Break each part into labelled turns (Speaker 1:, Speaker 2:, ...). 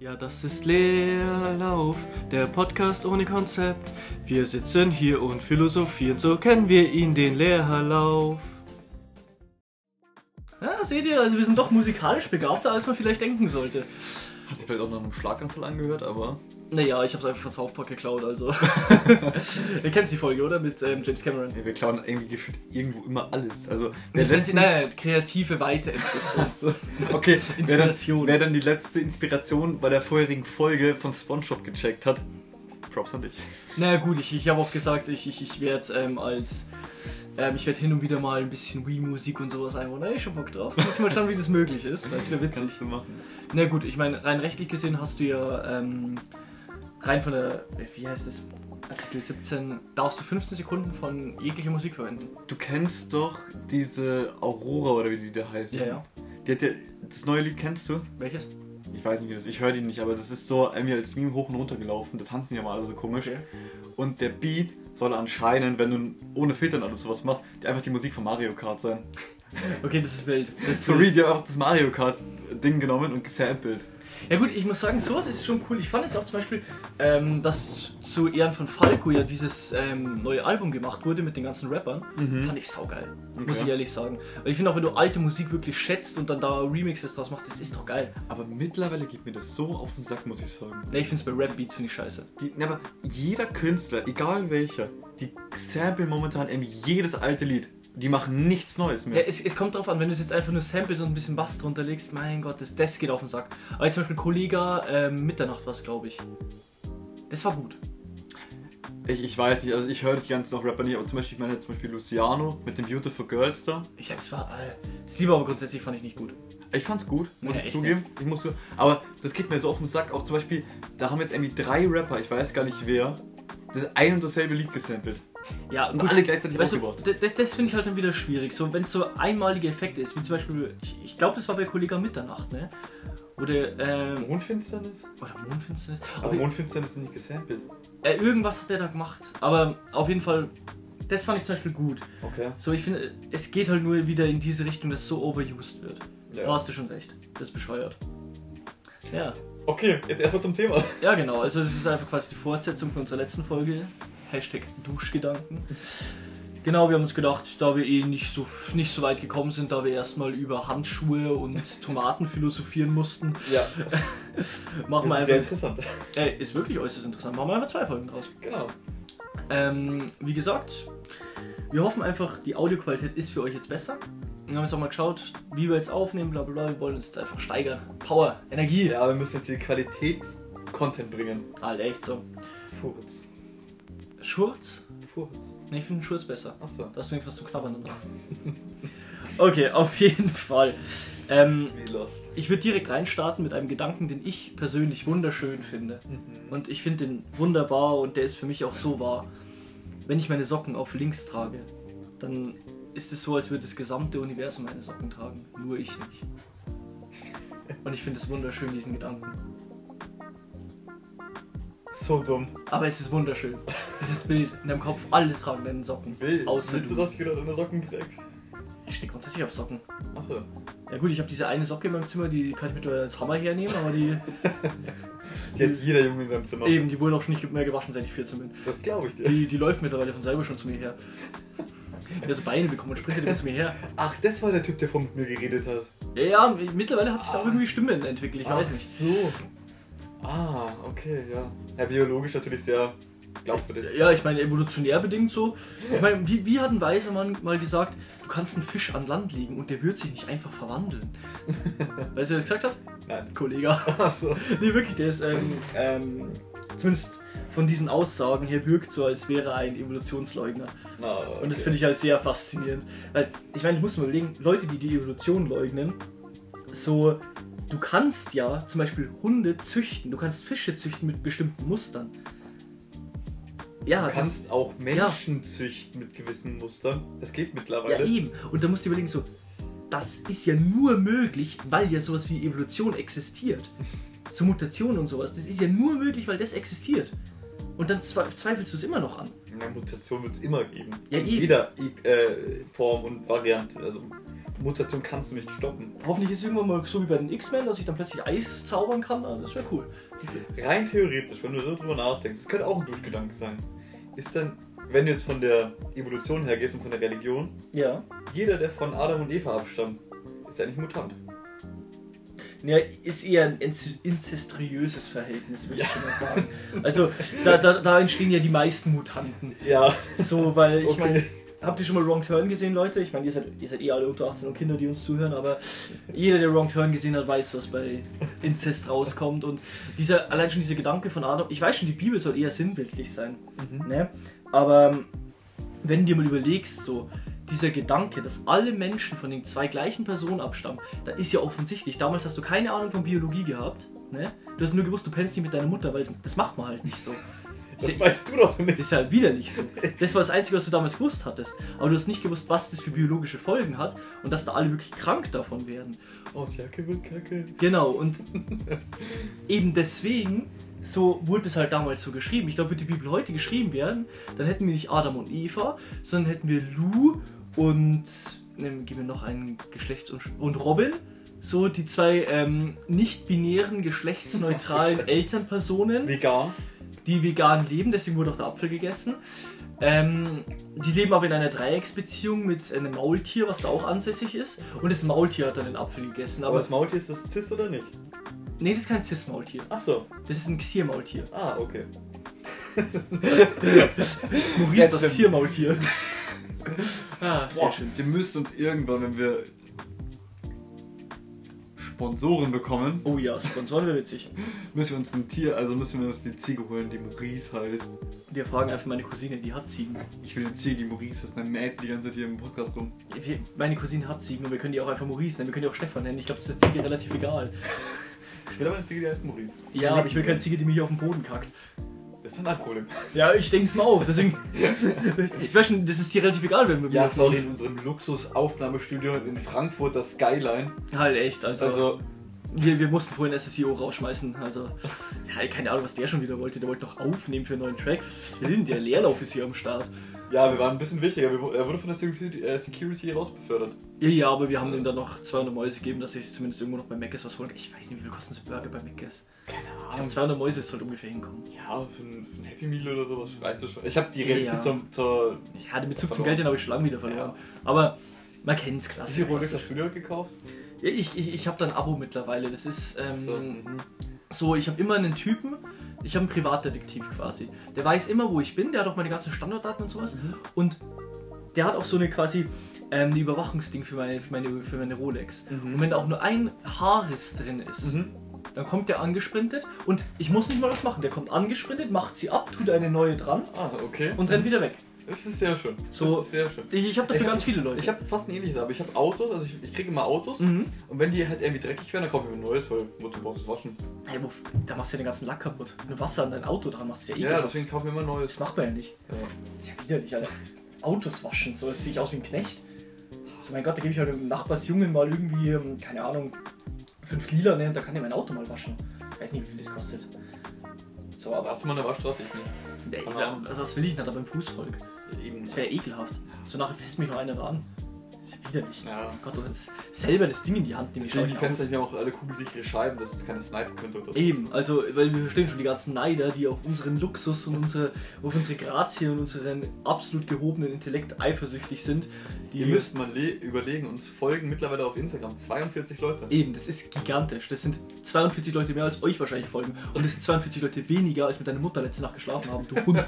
Speaker 1: Ja, das ist Leerlauf, der Podcast ohne Konzept. Wir sitzen hier und philosophieren, so kennen wir ihn, den Leerlauf. Ja, seht ihr, also wir sind doch musikalisch begabter, als man vielleicht denken sollte.
Speaker 2: Hat sich vielleicht auch nach einem Schlaganfall angehört, aber.
Speaker 1: Naja, ich hab's einfach von South Park geklaut, also. ihr kennt die Folge, oder? Mit ähm, James Cameron.
Speaker 2: Nee, wir klauen irgendwie gefühlt irgendwo immer alles. Also,
Speaker 1: Das nennt sie, nein, nein, kreative Weiterentwicklung.
Speaker 2: Okay, wer dann,
Speaker 1: Inspiration.
Speaker 2: wer dann die letzte Inspiration bei der vorherigen Folge von Spongebob gecheckt hat, Props an dich.
Speaker 1: Na gut, ich, ich habe auch gesagt, ich, ich, ich werde ähm, als. Ähm, ich werde hin und wieder mal ein bisschen Wii-Musik und sowas einbauen. Da hab ich schon Bock drauf. Muss ich mal schauen, wie das möglich ist. Das wäre witzig.
Speaker 2: Kannst du machen.
Speaker 1: Na gut, ich meine, rein rechtlich gesehen hast du ja ähm, rein von der. Wie heißt es? Artikel 17. Darfst du 15 Sekunden von jeglicher Musik verwenden?
Speaker 2: Du kennst doch diese Aurora oder wie die da heißt.
Speaker 1: Ja, ja.
Speaker 2: Die hat ja. Das neue Lied kennst du?
Speaker 1: Welches?
Speaker 2: Ich weiß nicht, wie das Ich höre die nicht, aber das ist so irgendwie als Meme hoch und runter gelaufen. Da tanzen die ja mal alle so komisch.
Speaker 1: Okay.
Speaker 2: Und der Beat soll anscheinend, wenn du ohne Filtern alles sowas machst, einfach die Musik von Mario Kart sein.
Speaker 1: Okay, das ist wild. Das ist
Speaker 2: Sorry,
Speaker 1: wild.
Speaker 2: die haben auch das Mario Kart Ding genommen und gesampelt.
Speaker 1: Ja gut, ich muss sagen, sowas ist schon cool. Ich fand jetzt auch zum Beispiel, ähm, dass zu Ehren von Falco ja dieses ähm, neue Album gemacht wurde mit den ganzen Rappern. Fand ich saugeil. Muss
Speaker 2: Okay.
Speaker 1: ich ehrlich sagen. Weil ich finde auch, wenn du alte Musik wirklich schätzt und dann da Remixes draus machst, das ist doch geil.
Speaker 2: Aber mittlerweile geht mir das so auf den Sack, muss ich sagen.
Speaker 1: Ne, ich finde es bei Rap-Beats finde ich scheiße.
Speaker 2: Die, na, aber jeder Künstler, egal welcher, die samplen momentan irgendwie jedes alte Lied. Die machen nichts Neues
Speaker 1: Ja,
Speaker 2: mehr.
Speaker 1: es, es kommt drauf an, wenn du es jetzt einfach nur samples und ein bisschen Bass drunter legst, mein Gott, das, das geht auf den Sack. Aber jetzt zum Beispiel Kollega ähm, Mitternacht war es, glaube ich. Das war gut.
Speaker 2: Ich, ich weiß nicht, also ich höre die ganzen noch Rapper nicht, aber zum Beispiel, ich meine jetzt zum Beispiel Luciano mit dem Beautiful Girls da.
Speaker 1: Ich, das war. Äh, das Liebe aber grundsätzlich fand ich nicht gut.
Speaker 2: Ich fand's gut, muss
Speaker 1: Nee,
Speaker 2: ich
Speaker 1: echt
Speaker 2: zugeben. Ich muss, so- aber das geht mir so auf den Sack. Auch zum Beispiel, da haben jetzt irgendwie drei Rapper, ich weiß gar nicht wer, das ein und dasselbe Lied gesampelt.
Speaker 1: Ja,
Speaker 2: Und alle gleichzeitig
Speaker 1: weißt du,
Speaker 2: rausgebracht.
Speaker 1: d- das, das finde ich halt dann wieder schwierig. So, wenn es so einmalige Effekte ist, wie zum Beispiel, ich, ich glaube, das war bei Kollega Mitternacht, ne? Oder, ähm,
Speaker 2: Mondfinsternis?
Speaker 1: oder Mondfinsternis. Auf
Speaker 2: Aber
Speaker 1: je-
Speaker 2: Mondfinsternis ist nicht gesampelt.
Speaker 1: äh, irgendwas hat er da gemacht. Aber auf jeden Fall, das fand ich zum Beispiel gut.
Speaker 2: Okay.
Speaker 1: So, ich finde, es geht halt nur wieder in diese Richtung, dass so overused wird.
Speaker 2: Ja.
Speaker 1: Da hast du schon recht. Das ist bescheuert. Ja.
Speaker 2: Okay, jetzt erstmal zum Thema.
Speaker 1: Ja, genau. Also, das ist einfach quasi die Fortsetzung von unserer letzten Folge. Hashtag Duschgedanken. Genau, wir haben uns gedacht, da wir eh nicht so, nicht so weit gekommen sind, da wir erstmal über Handschuhe und Tomaten philosophieren mussten,
Speaker 2: Ja, also.
Speaker 1: machen wir einfach.
Speaker 2: interessant.
Speaker 1: Ey, ist wirklich äußerst interessant. Machen wir einfach zwei Folgen draus.
Speaker 2: Genau.
Speaker 1: Ähm, wie gesagt, wir hoffen einfach, die Audioqualität ist für euch jetzt besser. Wir haben jetzt auch mal geschaut, wie wir jetzt aufnehmen, bla bla bla. Wir wollen uns jetzt einfach steigern. Power, Energie.
Speaker 2: Ja, wir müssen jetzt hier Qualitäts-Content bringen.
Speaker 1: Halt echt so.
Speaker 2: Furz.
Speaker 1: Schurz?
Speaker 2: Furz.
Speaker 1: Ne, ich finde einen Schurz besser.
Speaker 2: Achso.
Speaker 1: Da hast du irgendwas zu knabbern oder? okay, auf jeden Fall. Ähm,
Speaker 2: Wie lost.
Speaker 1: ich würde direkt reinstarten mit einem Gedanken, den ich persönlich wunderschön finde.
Speaker 2: Mhm.
Speaker 1: Und ich finde den wunderbar und der ist für mich auch so wahr. Wenn ich meine Socken auf links trage, dann ist es so, als würde das gesamte Universum meine Socken tragen. Nur ich nicht. Und ich finde es wunderschön, diesen Gedanken.
Speaker 2: So dumm.
Speaker 1: Aber es ist wunderschön. Dieses Bild in deinem Kopf, alle tragen deine Socken.
Speaker 2: Will,
Speaker 1: Außer
Speaker 2: willst du, dass ich wieder deine Socken trägst?
Speaker 1: Ich stehe grundsätzlich auf Socken.
Speaker 2: Achso.
Speaker 1: Ja gut, ich habe diese eine Socke in meinem Zimmer, die kann ich mittlerweile als Hammer hernehmen, aber die
Speaker 2: Die hat jeder Junge in seinem Zimmer.
Speaker 1: eben, die wurden auch schon nicht mehr gewaschen, seit ich 14 bin.
Speaker 2: Das glaube ich dir.
Speaker 1: Die, die läuft mittlerweile von selber schon zu mir her. Die hat so Beine bekommen und springt immer zu mir her.
Speaker 2: Ach, das war der Typ, der vorhin mit mir geredet hat.
Speaker 1: Ja, ja, mittlerweile hat sich da auch irgendwie Stimme entwickelt, ich weiß
Speaker 2: Ach
Speaker 1: nicht.
Speaker 2: so. Ah, okay, ja. Ja, biologisch natürlich sehr glaubwürdig.
Speaker 1: Ja, ich meine, evolutionär bedingt so. Ich meine, wie, wie hat ein weiser Mann mal gesagt, du kannst einen Fisch an Land legen und der wird sich nicht einfach verwandeln. Weißt du, wer das gesagt hat?
Speaker 2: Nein.
Speaker 1: Kollege.
Speaker 2: Achso.
Speaker 1: Nee, wirklich, der ist, ähm, ähm, zumindest von diesen Aussagen her wirkt so, als wäre er ein Evolutionsleugner.
Speaker 2: Na, okay.
Speaker 1: Und das finde ich halt sehr faszinierend. Weil, ich meine, ich muss mal überlegen, Leute, die die Evolution leugnen, so, du kannst ja zum Beispiel Hunde züchten, du kannst Fische züchten mit bestimmten Mustern. Ja,
Speaker 2: Du
Speaker 1: das-
Speaker 2: kannst auch Menschen züchten mit gewissen Mustern. Das geht
Speaker 1: ja
Speaker 2: mittlerweile.
Speaker 1: eben. Und da musst du überlegen, so, das ist ja nur möglich, weil ja sowas wie Evolution existiert. So Mutationen und sowas, das ist ja nur möglich, weil das existiert. Und dann zwe- zweifelst du es immer noch an.
Speaker 2: Eine Mutation wird es immer geben.
Speaker 1: Ja,
Speaker 2: In
Speaker 1: eben.
Speaker 2: jeder I- äh, Form und Variante. Also Mutation kannst du nicht stoppen.
Speaker 1: Hoffentlich ist irgendwann mal so wie bei den X-Men, dass ich dann plötzlich Eis zaubern kann. Ah, Das wäre cool.
Speaker 2: Rein theoretisch, wenn du so drüber nachdenkst, das könnte auch ein Duschgedanke sein. Ist dann, wenn du jetzt von der Evolution hergehst und von der Religion,
Speaker 1: Ja.
Speaker 2: jeder, der von Adam und Eva abstammt, ist eigentlich Mutant.
Speaker 1: Ja, ist eher ein inz- inzestriöses Verhältnis, würde ich schon mal sagen. Also da, da, da entstehen ja die meisten Mutanten.
Speaker 2: Ja,
Speaker 1: So, weil ich
Speaker 2: Okay.
Speaker 1: meine, habt ihr schon mal Wrong Turn gesehen, Leute? Ich meine, ihr seid, ihr seid eh alle unter 18 und Kinder, die uns zuhören, aber jeder, der Wrong Turn gesehen hat, weiß, was bei Inzest rauskommt. Und dieser, allein schon dieser Gedanke von Adam, ich weiß schon, die Bibel soll eher sinnbildlich sein, ne? aber ähm, wenn du dir mal überlegst, so dieser Gedanke, dass alle Menschen von den zwei gleichen Personen abstammen, da ist ja offensichtlich. Damals hast du keine Ahnung von Biologie gehabt, ne? Du hast nur gewusst, du pennst nicht mit deiner Mutter, weil das macht man halt nicht so.
Speaker 2: das weißt du doch nicht.
Speaker 1: Das ist halt wieder nicht so. Das war das Einzige, was du damals gewusst hattest. Aber du hast nicht gewusst, was das für biologische Folgen hat und dass da alle wirklich krank davon werden.
Speaker 2: Aus Jacke wird Kacke.
Speaker 1: Genau, und eben deswegen, so wurde es halt damals so geschrieben. Ich glaube, würde die Bibel heute geschrieben werden, dann hätten wir nicht Adam und Eva, sondern hätten wir Lou und, ne, geben wir noch einen Geschlechts- und, und Robin. So die zwei ähm, nicht-binären, geschlechtsneutralen Elternpersonen
Speaker 2: Vegan.
Speaker 1: die vegan leben, deswegen wurde auch der Apfel gegessen. Ähm, die leben aber in einer Dreiecksbeziehung mit einem Maultier, was da auch ansässig ist. Und das Maultier hat dann den Apfel gegessen.
Speaker 2: Aber
Speaker 1: Aber
Speaker 2: das Maultier ist das Cis oder nicht?
Speaker 1: nee, das ist kein Cis-Maultier.
Speaker 2: Achso.
Speaker 1: Das ist ein Xier-Maultier.
Speaker 2: Ah, okay.
Speaker 1: Maurice, das
Speaker 2: Jetzt-
Speaker 1: Xier-Maultier. ah, sehr
Speaker 2: Boah,
Speaker 1: schön.
Speaker 2: wir müssen uns irgendwann, wenn wir Sponsoren bekommen,
Speaker 1: Oh ja, Sponsoren wäre witzig.
Speaker 2: müssen wir uns ein Tier, also müssen wir uns die Ziege holen, die Maurice heißt.
Speaker 1: Wir fragen einfach meine Cousine, die hat Ziegen.
Speaker 2: Ich will eine Ziege, die Maurice heißt, dann mäht die ganze Zeit hier im Podcast rum.
Speaker 1: Wir- Meine Cousine hat Ziegen und wir können die auch einfach Maurice nennen. Wir können die auch Stefan nennen. Ich glaube, das ist der Ziege relativ egal.
Speaker 2: Ich will aber eine Ziege, die heißt Maurice.
Speaker 1: Ja, aber ich will keine Ziege, die mir hier auf den Boden kackt.
Speaker 2: Das ist dann ein Problem.
Speaker 1: Ja, ich denke es mir auch. Deswegen. ich weiß schon, das ist dir relativ egal, wenn wir
Speaker 2: Ja, sorry, in unserem Luxus-Aufnahmestudio in Frankfurt, das Skyline.
Speaker 1: Halt echt, also.
Speaker 2: Also,
Speaker 1: wir, wir mussten vorhin SSEO rausschmeißen. Also. Ja, keine Ahnung, was der schon wieder wollte. Der wollte noch aufnehmen für einen neuen Track. Was will denn der? Leerlauf ist hier am Start.
Speaker 2: ja, wir waren ein bisschen wichtiger. Wir, wu- er wurde von der Security, äh, Security rausbefördert.
Speaker 1: Ja, ja, aber wir haben ihm dann noch 200 Mäuse gegeben, dass ich zumindest irgendwo noch bei Mc's was holen kann. Ich weiß nicht, wie viel kosten so Burger bei Mc's? Keine Ahnung. 200 Mäuse sollte ungefähr hinkommen.
Speaker 2: Ja, für ein, für ein Happy Meal oder sowas reicht das schon. Ich habe die Realität
Speaker 1: Ja.
Speaker 2: zum, zur.
Speaker 1: Ich hatte Bezug zum
Speaker 2: Verloren.
Speaker 1: Geld, den habe ich schon lange wieder verloren. Aber man kennt's
Speaker 2: Hast du
Speaker 1: klassisch.
Speaker 2: dir wohl das Studio gekauft?
Speaker 1: Ja, Ich, ich, ich habe da ein Abo mittlerweile. Das ist. Ähm,
Speaker 2: So, mhm.
Speaker 1: So, ich habe immer einen Typen, ich habe einen Privatdetektiv quasi. Der weiß immer, wo ich bin, der hat auch meine ganzen Standortdaten und sowas.
Speaker 2: Mhm.
Speaker 1: Und der hat auch so eine quasi ähm, eine Überwachungsding für meine, für meine, für meine Rolex.
Speaker 2: Mhm.
Speaker 1: Und wenn da auch nur ein Haarriss drin ist,
Speaker 2: Mhm.
Speaker 1: dann kommt der angesprintet und ich muss nicht mal was machen. Der kommt angesprintet, macht sie ab, tut eine neue dran
Speaker 2: Ah, okay.
Speaker 1: und rennt wieder weg.
Speaker 2: Das ist sehr schön.
Speaker 1: So-
Speaker 2: Das ist sehr schön.
Speaker 1: Ich, ich habe dafür
Speaker 2: Ich hab-
Speaker 1: ganz viele Leute.
Speaker 2: Ich habe fast ein ähnliches, aber ich habe Autos, also ich, ich kriege immer Autos
Speaker 1: Mhm.
Speaker 2: und wenn die halt irgendwie dreckig werden, dann kaufe ich mir ein neues, weil wozu brauchst du es waschen?
Speaker 1: hey, wo, da machst du ja den ganzen Lack kaputt. Mit Wasser an dein Auto dran machst du ja eh.
Speaker 2: Ja,
Speaker 1: kaputt.
Speaker 2: deswegen kaufe ich mir immer ein neues.
Speaker 1: das macht man ja nicht.
Speaker 2: Ja.
Speaker 1: Das ist ja widerlich, Alter. Autos waschen, so das sehe ich aus wie ein Knecht. So, mein Gott, da gebe ich halt dem Nachbarsjungen mal irgendwie, ähm, keine Ahnung, fünf Lila, ne, und da kann er mein Auto mal waschen. Ich weiß nicht, wie viel das kostet. So, aber.
Speaker 2: Hast du mal eine Waschstraße? Ich nicht.
Speaker 1: Nee,
Speaker 2: keine
Speaker 1: ja,
Speaker 2: Ahnung.
Speaker 1: also, das will ich nicht, aber im Fußvolk.
Speaker 2: Eben.
Speaker 1: Das wäre ekelhaft. So, nachher fässt mich noch einer da an. Das ist ja widerlich.
Speaker 2: Ja.
Speaker 1: Mein Gott, du hast selber das Ding in die Hand nehmen.
Speaker 2: Deswegen die
Speaker 1: schau ich
Speaker 2: Fenster
Speaker 1: aus.
Speaker 2: haben ja auch alle kugelsichere Scheiben, dass uns keiner snipen könnte oder so.
Speaker 1: Eben, also, weil wir verstehen schon die ganzen Neider, die auf unseren Luxus und unsere, auf unsere Grazie und unseren absolut gehobenen Intellekt eifersüchtig sind. Die
Speaker 2: Ihr müsst mal le- überlegen, uns folgen mittlerweile auf Instagram 42 Leute.
Speaker 1: Eben, das ist gigantisch. Das sind 42 Leute mehr als euch wahrscheinlich folgen. Und das sind 42 Leute weniger, als mit deiner Mutter letzte Nacht geschlafen haben, du Hund.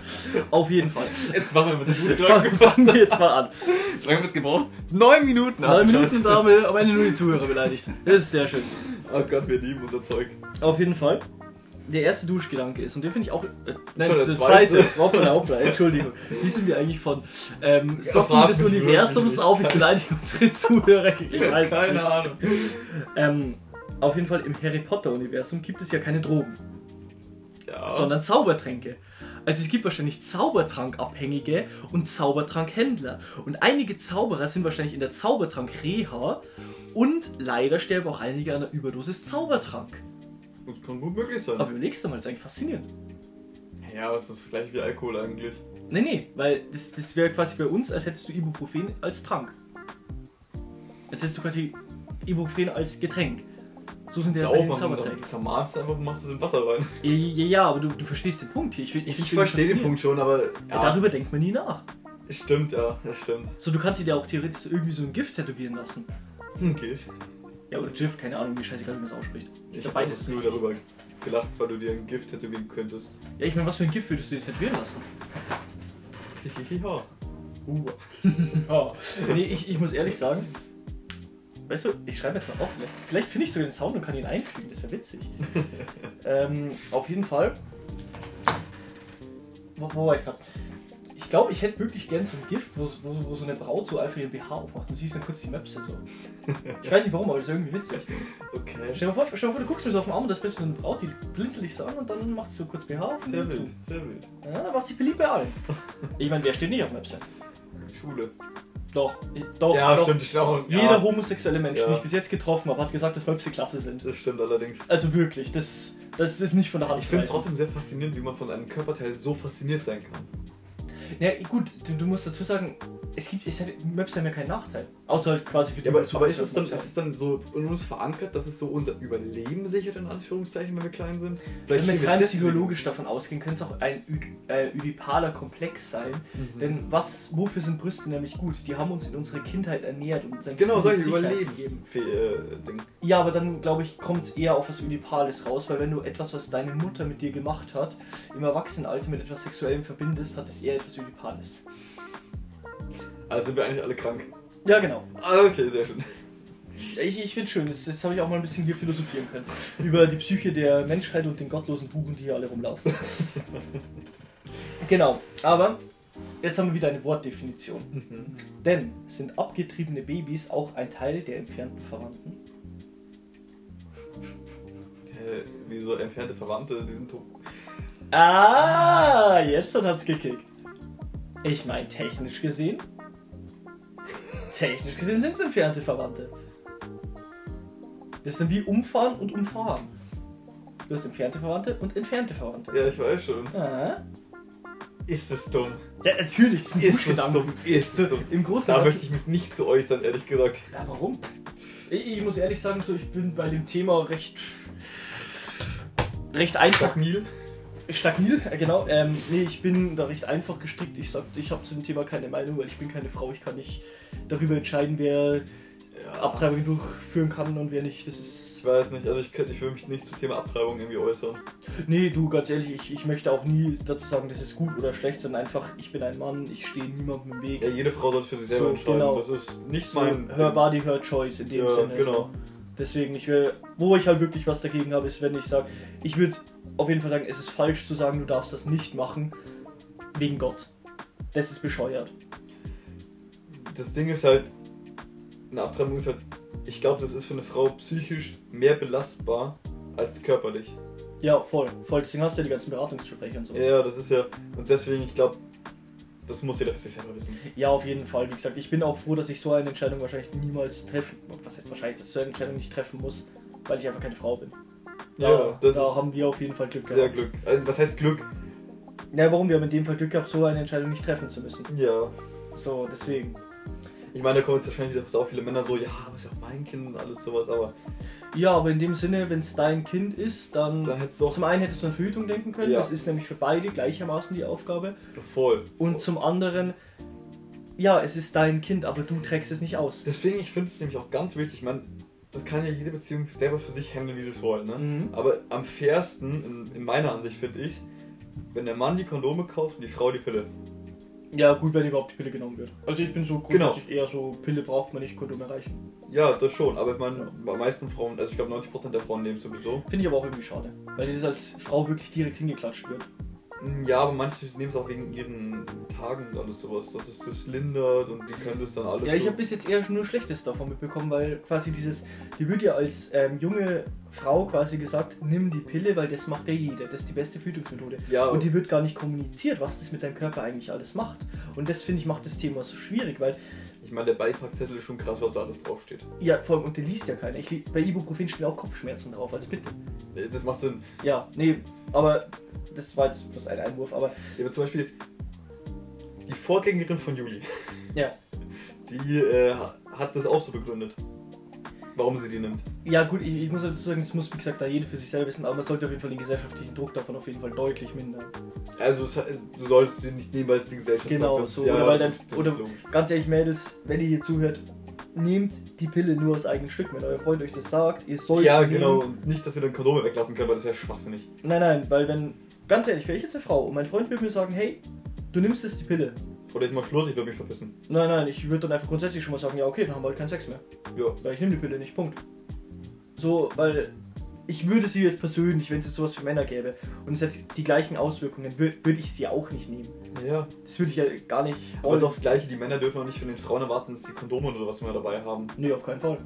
Speaker 1: Auf jeden Fall.
Speaker 2: Jetzt machen wir mit dem guten
Speaker 1: Fangen,
Speaker 2: Gedanken.
Speaker 1: fangen wir jetzt mal an.
Speaker 2: Wie lange haben wir es gebraucht? Neun Minuten! Ach,
Speaker 1: Neun Minuten
Speaker 2: Scheiße.
Speaker 1: da haben wir am Ende nur die Zuhörer beleidigt. Das ist sehr schön.
Speaker 2: Oh Gott, wir lieben unser Zeug.
Speaker 1: Auf jeden Fall. Der erste Duschgedanke ist, und den finde ich auch. Äh, nein, das ist
Speaker 2: Schon der
Speaker 1: der zweite.
Speaker 2: zweite.
Speaker 1: Hoppla, hoppla, Entschuldigung. Wie sind wir eigentlich von ähm, Socken
Speaker 2: frag
Speaker 1: des
Speaker 2: mich
Speaker 1: Universums
Speaker 2: wirklich.
Speaker 1: auf? Ich beleidige unsere Zuhörer. Ich weiß es
Speaker 2: Keine
Speaker 1: nicht.
Speaker 2: Ahnung.
Speaker 1: Ähm, auf jeden Fall im Harry Potter-Universum gibt es ja keine Drogen.
Speaker 2: Ja.
Speaker 1: sondern Zaubertränke. Also es gibt wahrscheinlich Zaubertrankabhängige und Zaubertrankhändler. Und einige Zauberer sind wahrscheinlich in der Zaubertrank-Reha und leider sterben auch einige an einer Überdosis Zaubertrank.
Speaker 2: Das kann gut möglich
Speaker 1: Aber
Speaker 2: sein.
Speaker 1: überlegst du mal, das ist eigentlich faszinierend.
Speaker 2: Ja, aber es ist gleich wie Alkohol eigentlich.
Speaker 1: Nee, nee, weil das, das wäre quasi bei uns, als hättest du Ibuprofen als Trank. Jetzt hättest du quasi Ibuprofen als Getränk. So sind ja bei den Zaubertränken.
Speaker 2: Zaubertränke. Zermalst einfach und machst es im Wasser rein.
Speaker 1: Ja, ja, ja, aber du, du verstehst den Punkt hier. Ich, will-
Speaker 2: Ich,
Speaker 1: will
Speaker 2: verstehe den
Speaker 1: passieren.
Speaker 2: Punkt schon, aber.
Speaker 1: Ja. Darüber denkt man nie nach.
Speaker 2: Stimmt, ja, das stimmt.
Speaker 1: So, du kannst dir ja auch theoretisch irgendwie so ein Gift tätowieren lassen. Hm.
Speaker 2: Okay.
Speaker 1: Ja, oder Jiff, keine Ahnung, wie scheißegal, wie man es ausspricht. Ich
Speaker 2: Ich
Speaker 1: glaube,
Speaker 2: habe
Speaker 1: beides
Speaker 2: beides
Speaker 1: ist
Speaker 2: nur
Speaker 1: richtig.
Speaker 2: darüber gelacht, weil du dir ein Gift tätowieren könntest.
Speaker 1: Ja, ich meine, was für ein Gift würdest du dir tätowieren lassen?
Speaker 2: Hihihiha.
Speaker 1: Uh. ja.
Speaker 2: Oh.
Speaker 1: Nee, ich, ich muss ehrlich sagen, weißt du, ich schreibe jetzt mal auf. Vielleicht, vielleicht finde ich sogar den Sound und kann ihn einfügen, das wäre witzig. ähm, auf jeden Fall. Wo, wo war ich grad? Ich glaube, ich hätte wirklich gern so ein Gift, wo, wo, wo so eine Braut so einfach ihren BH aufmacht und siehst dann kurz die Möpse so. Ich weiß nicht warum, aber das ist irgendwie witzig.
Speaker 2: Okay.
Speaker 1: Stell dir mal vor, stell dir mal vor du guckst mir so auf den Arm und das bist so eine Braut, die blinzelt dich so an und dann macht sie so kurz BH auf und
Speaker 2: Sehr
Speaker 1: dann
Speaker 2: wild,
Speaker 1: zu.
Speaker 2: sehr wild.
Speaker 1: Ja, dann machst du dich beliebt bei allen. Ich meine, wer steht nicht auf Möpse?
Speaker 2: Schule.
Speaker 1: Doch, ich- doch,
Speaker 2: ja,
Speaker 1: Oh, doch.
Speaker 2: stimmt, ich auch.
Speaker 1: Jeder
Speaker 2: ja,
Speaker 1: homosexuelle Mensch,
Speaker 2: Ja.
Speaker 1: den ich bis jetzt getroffen habe, hat gesagt, dass Möpse klasse sind.
Speaker 2: Das stimmt allerdings.
Speaker 1: Also wirklich, das, das ist nicht von der Hand
Speaker 2: Ich
Speaker 1: zu
Speaker 2: finde es
Speaker 1: weisen.
Speaker 2: trotzdem sehr faszinierend, wie man von einem Körperteil so fasziniert sein kann.
Speaker 1: Ja, gut, du, du musst dazu sagen, es gibt, es hat, Möpse haben ja keinen Nachteil. Außer halt quasi für die
Speaker 2: Ja, aber,
Speaker 1: die
Speaker 2: aber ist, es dann, ist
Speaker 1: Möpse
Speaker 2: es dann so in uns verankert, dass es so unser Überleben sichert, in Anführungszeichen, wenn wir klein sind?
Speaker 1: haben. Wenn wir
Speaker 2: stehen
Speaker 1: jetzt rein
Speaker 2: deswegen-
Speaker 1: psychologisch davon ausgehen, könnte es auch ein Ö- äh, ödipaler Komplex sein.
Speaker 2: Mhm.
Speaker 1: Denn was, wofür sind Brüste nämlich gut? Die haben uns in unserer Kindheit ernährt und uns ein
Speaker 2: Genau,
Speaker 1: Gefühl
Speaker 2: solche
Speaker 1: der Sicherheit gegeben.
Speaker 2: Überlebensding.
Speaker 1: Ja, aber dann glaube ich, kommt es eher auf was Unipales raus, weil wenn du etwas, was deine Mutter mit dir gemacht hat, im Erwachsenenalter mit etwas Sexuellem verbindest, hat es eher etwas Unipales.
Speaker 2: Also sind wir eigentlich alle krank.
Speaker 1: Ja, genau.
Speaker 2: Ah, okay, sehr schön.
Speaker 1: Ich, ich finde schön, das, das habe ich auch mal ein bisschen hier philosophieren können. Über die Psyche der Menschheit und den gottlosen Buchen, die hier alle rumlaufen. genau, aber jetzt haben wir wieder eine Wortdefinition. Denn sind abgetriebene Babys auch ein Teil der entfernten Verwandten?
Speaker 2: Äh, wie so entfernte Verwandte, die sind tot.
Speaker 1: Ah, jetzt hat hat's gekickt. Ich meine, technisch gesehen. Technisch gesehen sind es entfernte Verwandte. Das ist dann wie umfahren und umfahren. Du hast entfernte Verwandte und entfernte Verwandte.
Speaker 2: Ja, ich weiß schon.
Speaker 1: Ah.
Speaker 2: Ist es dumm?
Speaker 1: Ja, natürlich, das ist ein
Speaker 2: Ist es
Speaker 1: Buchstaben.
Speaker 2: dumm? Ist es
Speaker 1: So,
Speaker 2: dumm?
Speaker 1: Im Großen
Speaker 2: Da
Speaker 1: und
Speaker 2: möchte
Speaker 1: Ganzen.
Speaker 2: ich mich nicht zu äußern, ehrlich gesagt.
Speaker 1: Ja, warum? Ich, ich muss ehrlich sagen, so, ich bin bei dem Thema recht. recht einfach
Speaker 2: Nil?
Speaker 1: Stagnil, äh, genau. Ähm, nee, ich bin da recht einfach gestrickt. Ich sag, ich habe zu dem Thema keine Meinung, weil ich bin keine Frau. Ich kann nicht darüber entscheiden, wer äh,
Speaker 2: Ja.
Speaker 1: Abtreibung durchführen kann und wer nicht. Das ist.
Speaker 2: Ich weiß nicht, also ich, könnte- ich will mich nicht zum Thema Abtreibung irgendwie äußern.
Speaker 1: Nee, du, ganz ehrlich, ich, ich möchte auch nie dazu sagen, das ist gut oder schlecht, sondern einfach, ich bin ein Mann, ich stehe niemandem im Weg.
Speaker 2: Ja, jede Frau sollte für sich selber
Speaker 1: So,
Speaker 2: entscheiden.
Speaker 1: genau.
Speaker 2: Das ist nicht
Speaker 1: so,
Speaker 2: mein.
Speaker 1: her body, her choice in dem
Speaker 2: Ja,
Speaker 1: Sinne.
Speaker 2: genau.
Speaker 1: So. Deswegen, ich will, wo ich halt wirklich was dagegen habe, ist, wenn ich sage, ich würde auf jeden Fall sagen, es ist falsch zu sagen, du darfst das nicht machen, wegen Gott. Das ist bescheuert.
Speaker 2: Das Ding ist halt, eine Abtreibung ist halt, ich glaube, das ist für eine Frau psychisch mehr belastbar als körperlich.
Speaker 1: Ja, voll. Voll. Deswegen hast du ja die ganzen Beratungsgespräche und sowas.
Speaker 2: Ja, das ist ja. Und deswegen, ich glaube, das muss jeder für sich selber wissen.
Speaker 1: Ja, auf jeden Fall. Wie gesagt, ich bin auch froh, dass ich so eine Entscheidung wahrscheinlich niemals treffen. Was heißt wahrscheinlich, dass ich so eine Entscheidung nicht treffen muss, weil ich einfach keine Frau bin.
Speaker 2: Ja,
Speaker 1: da,
Speaker 2: das
Speaker 1: da
Speaker 2: ist
Speaker 1: haben wir auf jeden Fall Glück
Speaker 2: sehr
Speaker 1: gehabt.
Speaker 2: Glück. Also, was heißt Glück?
Speaker 1: Ja, warum? Wir haben in dem Fall Glück gehabt, so eine Entscheidung nicht treffen zu müssen.
Speaker 2: Ja.
Speaker 1: So, deswegen.
Speaker 2: Ich meine, da kommen jetzt wahrscheinlich wieder so viele Männer so, ja, was ist ja mein Kind und alles sowas, aber
Speaker 1: Ja, aber in dem Sinne, wenn es dein Kind ist, dann.
Speaker 2: dann hättest du auch
Speaker 1: zum einen hättest du an Verhütung denken können,
Speaker 2: Ja.
Speaker 1: das ist nämlich für beide gleichermaßen die Aufgabe.
Speaker 2: voll.
Speaker 1: Und zum anderen, ja, es ist dein Kind, aber du trägst es nicht aus.
Speaker 2: Deswegen, ich finde es nämlich auch ganz wichtig, man, das kann ja jede Beziehung selber für sich handeln, wie sie es wollen, ne?
Speaker 1: Mhm.
Speaker 2: Aber am fairsten, in, in meiner Ansicht, finde ich, wenn der Mann die Kondome kauft und die Frau die Pille.
Speaker 1: Ja, gut, wenn überhaupt die Pille genommen wird. Also ich bin so grundsätzlich eher so, Pille braucht man nicht, Kondom erreichen.
Speaker 2: Ja, das schon, aber ich
Speaker 1: Ja.
Speaker 2: meine, bei meisten Frauen, also ich glaube 90% der Frauen nehmen es sowieso.
Speaker 1: Finde ich aber auch irgendwie schade, weil das als Frau wirklich direkt hingeklatscht wird.
Speaker 2: Hm, Ja, aber manche nehmen es auch wegen ihren Tagen und alles sowas, dass es das lindert und die können das dann alles
Speaker 1: ja, ich
Speaker 2: so.
Speaker 1: habe bis jetzt eher nur Schlechtes davon mitbekommen, weil quasi dieses, die wird ja als ähm, junge Frau quasi gesagt, nimm die Pille, weil das macht ja jeder, das ist die beste Verhütungsmethode.
Speaker 2: ja,
Speaker 1: Und die wird gar nicht kommuniziert, was das mit deinem Körper eigentlich alles macht. Und das finde ich macht das Thema so schwierig, weil
Speaker 2: ich meine, der Beipackzettel ist schon krass, was da alles draufsteht.
Speaker 1: ja, vor allem, und den liest ja keiner. Ich, li- bei Ibuprofen stehen auch Kopfschmerzen drauf, also bitte.
Speaker 2: Nee, Das macht Sinn.
Speaker 1: Ja, nee, aber das war jetzt bloß ein Einwurf, aber
Speaker 2: Ja, aber zum Beispiel die Vorgängerin von Juli.
Speaker 1: ja.
Speaker 2: die äh, hat das auch so begründet, warum sie die nimmt.
Speaker 1: Ja gut, ich, ich muss dazu sagen, das muss wie gesagt da jeder für sich selber wissen, aber man sollte auf jeden Fall den gesellschaftlichen Druck davon auf jeden Fall deutlich mindern.
Speaker 2: Also es- es- du sollst sie nicht nehmen, weil es die Gesellschaft
Speaker 1: Genau,
Speaker 2: sagt. das-
Speaker 1: so, oder weil
Speaker 2: das-
Speaker 1: dann-
Speaker 2: das ist
Speaker 1: oder-
Speaker 2: logisch.
Speaker 1: Ganz ehrlich, Mädels, wenn ihr hier zuhört, nehmt die Pille nur aus eigenem Stück, wenn euer Freund euch das sagt, ihr sollt
Speaker 2: Ja,
Speaker 1: die nehmen.
Speaker 2: genau. Und nicht, dass ihr dann Kondome weglassen könnt, weil das wäre schwachsinnig.
Speaker 1: Nein, nein, weil wenn, ganz ehrlich, wäre ich jetzt eine Frau und mein Freund würde mir sagen, hey, du nimmst jetzt die Pille.
Speaker 2: Oder ich mach Schluss, ich würde mich verpissen.
Speaker 1: Nein, nein, ich würde dann einfach grundsätzlich schon mal sagen, ja okay, dann haben wir halt keinen Sex mehr.
Speaker 2: Ja.
Speaker 1: Weil ich nehme die Pille nicht, Punkt. So, weil ich würde sie jetzt persönlich, wenn es jetzt sowas für Männer gäbe und es hätte die gleichen Auswirkungen, würde würd ich sie auch nicht nehmen.
Speaker 2: Ja.
Speaker 1: Das würde ich ja gar nicht. Also
Speaker 2: Aber es ist auch das Gleiche, die Männer dürfen auch nicht von den Frauen erwarten, dass die Kondome oder sowas immer dabei haben.
Speaker 1: nee, auf keinen Fall.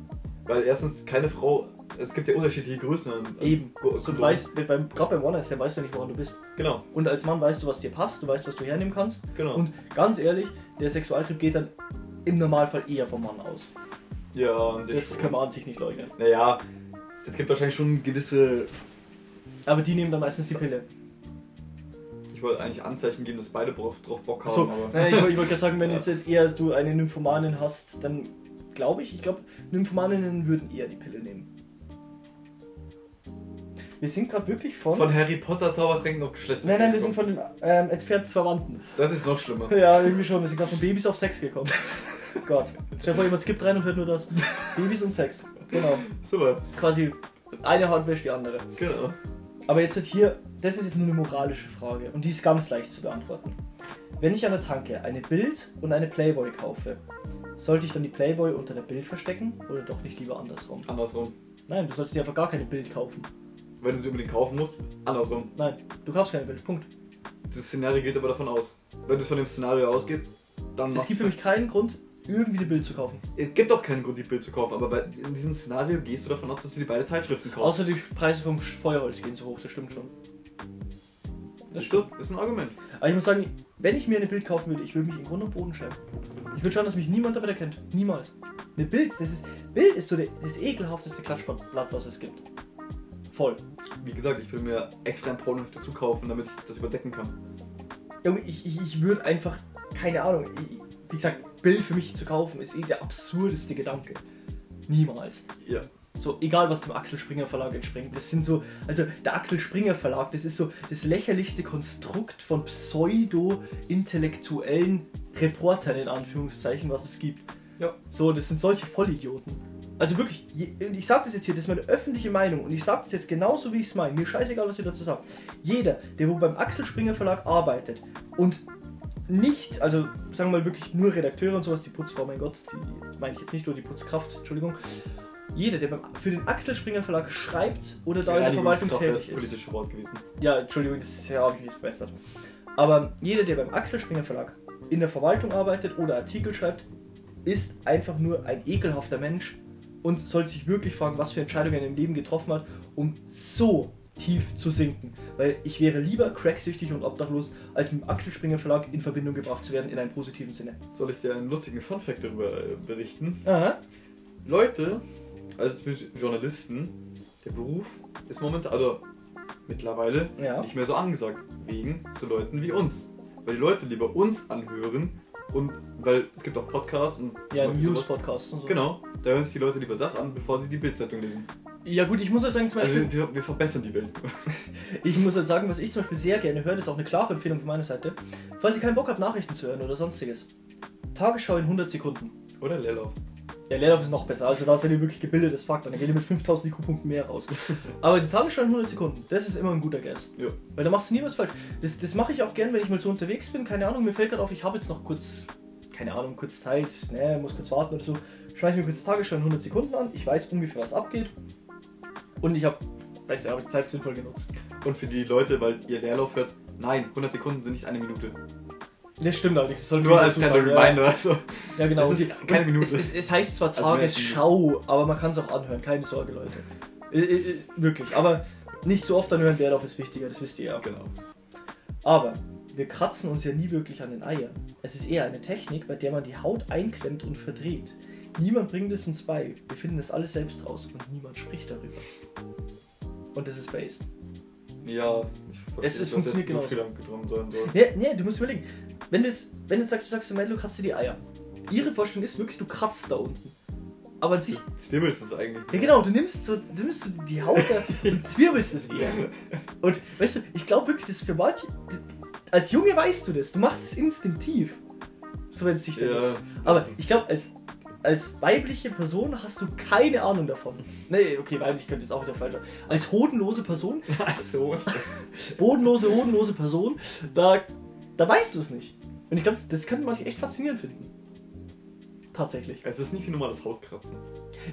Speaker 2: Weil erstens, keine Frau, es gibt ja unterschiedliche Größen an. an
Speaker 1: Eben. So,
Speaker 2: Ko-
Speaker 1: du
Speaker 2: Kondomen.
Speaker 1: weißt, wenn beim, gerade beim One-Night-Stand weißt du nicht, woran du bist.
Speaker 2: Genau,
Speaker 1: Und als Mann weißt du, was dir passt, du weißt, was du hernehmen kannst.
Speaker 2: genau.
Speaker 1: Und ganz ehrlich, der Sexualtrieb geht dann im Normalfall eher vom Mann aus.
Speaker 2: ja, und
Speaker 1: Das kann man an sich nicht leugnen.
Speaker 2: Naja, es gibt wahrscheinlich schon gewisse,
Speaker 1: Aber die nehmen dann meistens die Pille.
Speaker 2: ich wollte eigentlich Anzeichen geben, dass beide drauf, drauf Bock haben,
Speaker 1: Achso,
Speaker 2: aber.
Speaker 1: nein, ich, wollt- ich wollte gerade sagen, wenn
Speaker 2: Ja.
Speaker 1: jetzt eher du eine Nymphomanin hast, dann glaube ich, ich glaube, Nymphomaninnen würden eher die Pille nehmen. Wir sind gerade wirklich von.
Speaker 2: Von Harry Potter Zaubertränken auf Geschlecht.
Speaker 1: nein, nein, wir sind von den ähm, entfernten Verwandten.
Speaker 2: Das ist noch schlimmer.
Speaker 1: Ja, irgendwie schon. Wir sind gerade von Babys auf Sex gekommen. Gott. Stell dir vor, jemand skippt rein und hört nur das. Babys und Sex. Genau.
Speaker 2: Super,
Speaker 1: Quasi eine Hand wäscht die andere.
Speaker 2: genau.
Speaker 1: Aber jetzt hat hier, das ist jetzt nur eine moralische Frage und die ist ganz leicht zu beantworten. Wenn ich an der Tanke eine Bild und eine Playboy kaufe, sollte ich dann die Playboy unter der Bild verstecken oder doch nicht lieber andersrum?
Speaker 2: Andersrum.
Speaker 1: Nein, du sollst dir einfach gar keine Bild kaufen.
Speaker 2: Wenn du sie unbedingt kaufen musst, andersrum.
Speaker 1: Nein, du kaufst keine Bild. Punkt.
Speaker 2: Das Szenario geht aber davon aus. Wenn du von dem Szenario ausgehst, dann
Speaker 1: Es
Speaker 2: machst
Speaker 1: gibt
Speaker 2: du-
Speaker 1: für mich keinen Grund, irgendwie eine Bild zu kaufen.
Speaker 2: Es gibt auch keinen Grund, die Bild zu kaufen, aber bei, in diesem Szenario gehst du davon aus, dass du die beide Zeitschriften kaufst.
Speaker 1: Außer die Preise vom Feuerholz gehen so hoch, das stimmt schon.
Speaker 2: das stimmt. Ist ein Argument.
Speaker 1: Aber ich muss sagen, wenn ich mir eine Bild kaufen würde, ich würde mich in Grund und Boden schämen. Ich würde schauen, dass mich niemand damit erkennt. Niemals. Eine Bild, das ist. Bild ist so der, das ekelhafteste Klatschblatt, was es gibt. Voll.
Speaker 2: Wie gesagt, ich will mir extra ein Pornoheft dazu kaufen, damit ich das überdecken kann.
Speaker 1: Junge, ich, ich, ich würde einfach. Keine Ahnung. Ich, ich- wie gesagt, Bild für mich zu kaufen ist eh der absurdeste Gedanke. Niemals.
Speaker 2: Ja.
Speaker 1: So, egal was dem Axel Springer Verlag entspringt. Das sind so, also der Axel Springer Verlag, das ist so das lächerlichste Konstrukt von pseudo-intellektuellen Reportern in Anführungszeichen, was es gibt.
Speaker 2: Ja.
Speaker 1: So, das sind solche Vollidioten. Also wirklich, je, und ich sag das jetzt hier, das ist meine öffentliche Meinung und ich sag das jetzt genauso, wie ich es meine. Mir scheißegal, was ihr dazu sagt. Jeder, der wo beim Axel Springer Verlag arbeitet und nicht, also sagen wir mal wirklich nur Redakteure und sowas, die Putzfrau, mein Gott, die, die meine ich jetzt nicht nur die Putzkraft, Entschuldigung. Jeder, der beim, für den Axel Springer Verlag schreibt oder da in der Verwaltung
Speaker 2: Reinigungskraft wäre das
Speaker 1: tätig ist.
Speaker 2: politische Wort gewesen.
Speaker 1: Ja, Entschuldigung, das ist ja, habe ich mich verbessert. Aber jeder, der beim Axel Springer Verlag in der Verwaltung arbeitet oder Artikel schreibt, ist einfach nur ein ekelhafter Mensch und sollte sich wirklich fragen, was für Entscheidungen er im Leben getroffen hat, um so tief zu sinken. Weil ich wäre lieber cracksüchtig und obdachlos, als mit dem Axel Springer Verlag in Verbindung gebracht zu werden, in einem positiven Sinne.
Speaker 2: Soll ich dir einen lustigen Funfact darüber äh, berichten?
Speaker 1: Aha.
Speaker 2: Leute, also zum Beispiel Journalisten, der Beruf ist momentan, also mittlerweile
Speaker 1: Ja.
Speaker 2: nicht mehr so angesagt, wegen so Leuten wie uns. Weil die Leute lieber uns anhören und weil es gibt auch Podcasts und
Speaker 1: Ja,
Speaker 2: zum Beispiel sowas.
Speaker 1: News-Podcast und so.
Speaker 2: Genau, da hören sich die Leute lieber das an, bevor sie die Bildzeitung lesen.
Speaker 1: Ja gut, ich muss halt sagen, zum
Speaker 2: Also
Speaker 1: Beispiel,
Speaker 2: wir- wir, wir verbessern die Welt.
Speaker 1: Ich muss halt sagen, was ich zum Beispiel sehr gerne höre, das ist auch eine klare Empfehlung von meiner Seite, falls ihr keinen Bock habt, Nachrichten zu hören oder sonstiges. Tagesschau in 100 Sekunden.
Speaker 2: Oder Leerlauf.
Speaker 1: Der Leerlauf ist noch besser, also da seid ihr wirklich gebildetes Fakt, dann geht ihr mit 5000 IQ-Punkten mehr raus. Aber die Tagesschau in 100 Sekunden, das ist immer ein guter Guess.
Speaker 2: Ja.
Speaker 1: Weil da machst du nie was falsch. Das, das mache ich auch gern, wenn ich mal so unterwegs bin, keine Ahnung, mir fällt gerade auf, ich habe jetzt noch kurz, keine Ahnung, kurz Zeit, ne, muss kurz warten oder so. Schmeiß mir kurz die Tagesschau in 100 Sekunden an, ich weiß ungefähr, was abgeht. Und ich habe, weißt du, habe ich die Zeit sinnvoll genutzt.
Speaker 2: Und für die Leute, weil ihr Leerlauf hört, nein, 100 Sekunden sind nicht eine Minute.
Speaker 1: Das stimmt allerdings. Das soll
Speaker 2: Nur
Speaker 1: ich
Speaker 2: als
Speaker 1: dazu sagen,
Speaker 2: kleiner
Speaker 1: ja.
Speaker 2: Reminder. Also.
Speaker 1: Ja, genau.
Speaker 2: Es ist
Speaker 1: Und
Speaker 2: keine Minute.
Speaker 1: Es, es, es heißt zwar
Speaker 2: Also mehr als eine
Speaker 1: Tagesschau, aber man kann es auch anhören. Keine Sorge, Leute. Äh, äh, äh, Wirklich. Aber nicht so oft anhören, Leerlauf ist wichtiger, das wisst ihr ja.
Speaker 2: Genau.
Speaker 1: Aber wir kratzen uns ja nie wirklich an den Eiern. Es ist eher eine Technik, bei der man die Haut einklemmt und verdreht. Niemand bringt es uns bei. Wir finden das alles selbst raus und niemand spricht darüber. Und das ist based.
Speaker 2: Ja, ich verstehe,
Speaker 1: Es- es funktioniert genauso.
Speaker 2: Gedanken getrunken sein soll.
Speaker 1: Nee, nee, du musst überlegen. Wenn du, jetzt, wenn du sagst, du sagst, Mello kratzt dir die Eier. ihre Vorstellung ist wirklich, du kratzt da unten. Aber an sich,
Speaker 2: Zwiebelst es eigentlich.
Speaker 1: ja genau, du nimmst so, du nimmst so die Haut da und zwirbelst es eher. Und weißt du, ich glaube wirklich, das ist für manche, als Junge weißt du das, du machst es instinktiv. So wenn es dich dann
Speaker 2: Ja.
Speaker 1: Aber ich glaube, als, als weibliche Person hast du keine Ahnung davon. Nee, okay, weiblich könnte jetzt auch wieder falsch sein. Als hodenlose Person,
Speaker 2: Ach so.
Speaker 1: bodenlose, hodenlose Person, da, da weißt du es nicht. Und ich glaube, das können manche echt faszinierend finden. Tatsächlich.
Speaker 2: Es ist nicht wie normales Hautkratzen.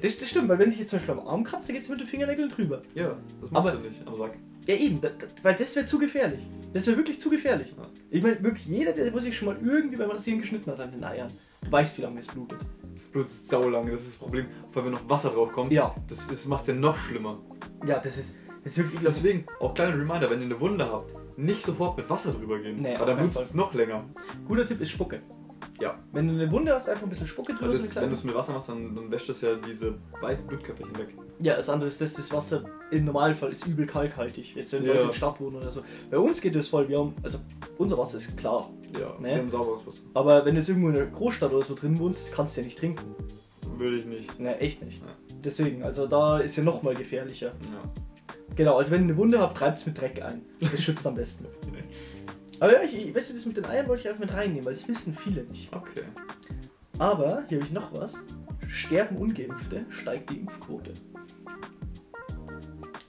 Speaker 1: Das, das stimmt, weil wenn ich jetzt zum Beispiel am Arm kratze, gehst du mit den Fingernägeln drüber.
Speaker 2: Ja, das machst
Speaker 1: Aber-
Speaker 2: du nicht am Sack.
Speaker 1: Ja, eben, da, da, weil das wäre zu gefährlich. Das wäre wirklich zu gefährlich.
Speaker 2: Ja.
Speaker 1: Ich meine, wirklich jeder, der muss sich schon mal irgendwie beim Rasieren geschnitten hat an den Eiern, du weißt, wie lange es blutet.
Speaker 2: Das Blut ist saulang, das ist das Problem. Vor allem, wenn noch Wasser drauf kommt,
Speaker 1: Ja.
Speaker 2: das, das macht es ja noch schlimmer.
Speaker 1: Ja, das ist, das ist wirklich ekelhaft.
Speaker 2: Deswegen, auch kleiner Reminder, wenn ihr eine Wunde habt, nicht sofort mit Wasser drüber gehen.
Speaker 1: Nee, auf
Speaker 2: weil dann
Speaker 1: keinen
Speaker 2: blutet es noch länger.
Speaker 1: Guter Tipp ist Spucke.
Speaker 2: Ja.
Speaker 1: Wenn du eine Wunde hast, einfach ein bisschen Spucke drüber.
Speaker 2: Weil
Speaker 1: so eine
Speaker 2: das, wenn
Speaker 1: kleine-
Speaker 2: du es mit Wasser machst, dann, dann wäscht es ja diese weißen Blutkörperchen weg.
Speaker 1: ja, das andere ist das, das Wasser im Normalfall ist übel kalkhaltig. Jetzt wenn
Speaker 2: Ja.
Speaker 1: Leute in der Stadt wohnen oder so. Bei uns geht das voll, wir haben, also unser Wasser ist klar.
Speaker 2: Ja,
Speaker 1: Nee.
Speaker 2: wir haben sauberes Wasser.
Speaker 1: Aber wenn du jetzt irgendwo in einer Großstadt oder so drin wohnst, das kannst du ja nicht trinken.
Speaker 2: Würde ich nicht.
Speaker 1: Ne, echt nicht.
Speaker 2: Ja.
Speaker 1: Deswegen, also da ist ja nochmal gefährlicher.
Speaker 2: Ja.
Speaker 1: Genau, also wenn ihr eine Wunde habt, treibt es mit Dreck ein. Das schützt am besten. Aber ja, ich, ich weißt du, das mit den Eiern wollte ich einfach mit reinnehmen, weil das wissen viele nicht.
Speaker 2: Okay.
Speaker 1: Aber, hier habe ich noch was. Sterben Ungeimpfte, steigt die Impfquote.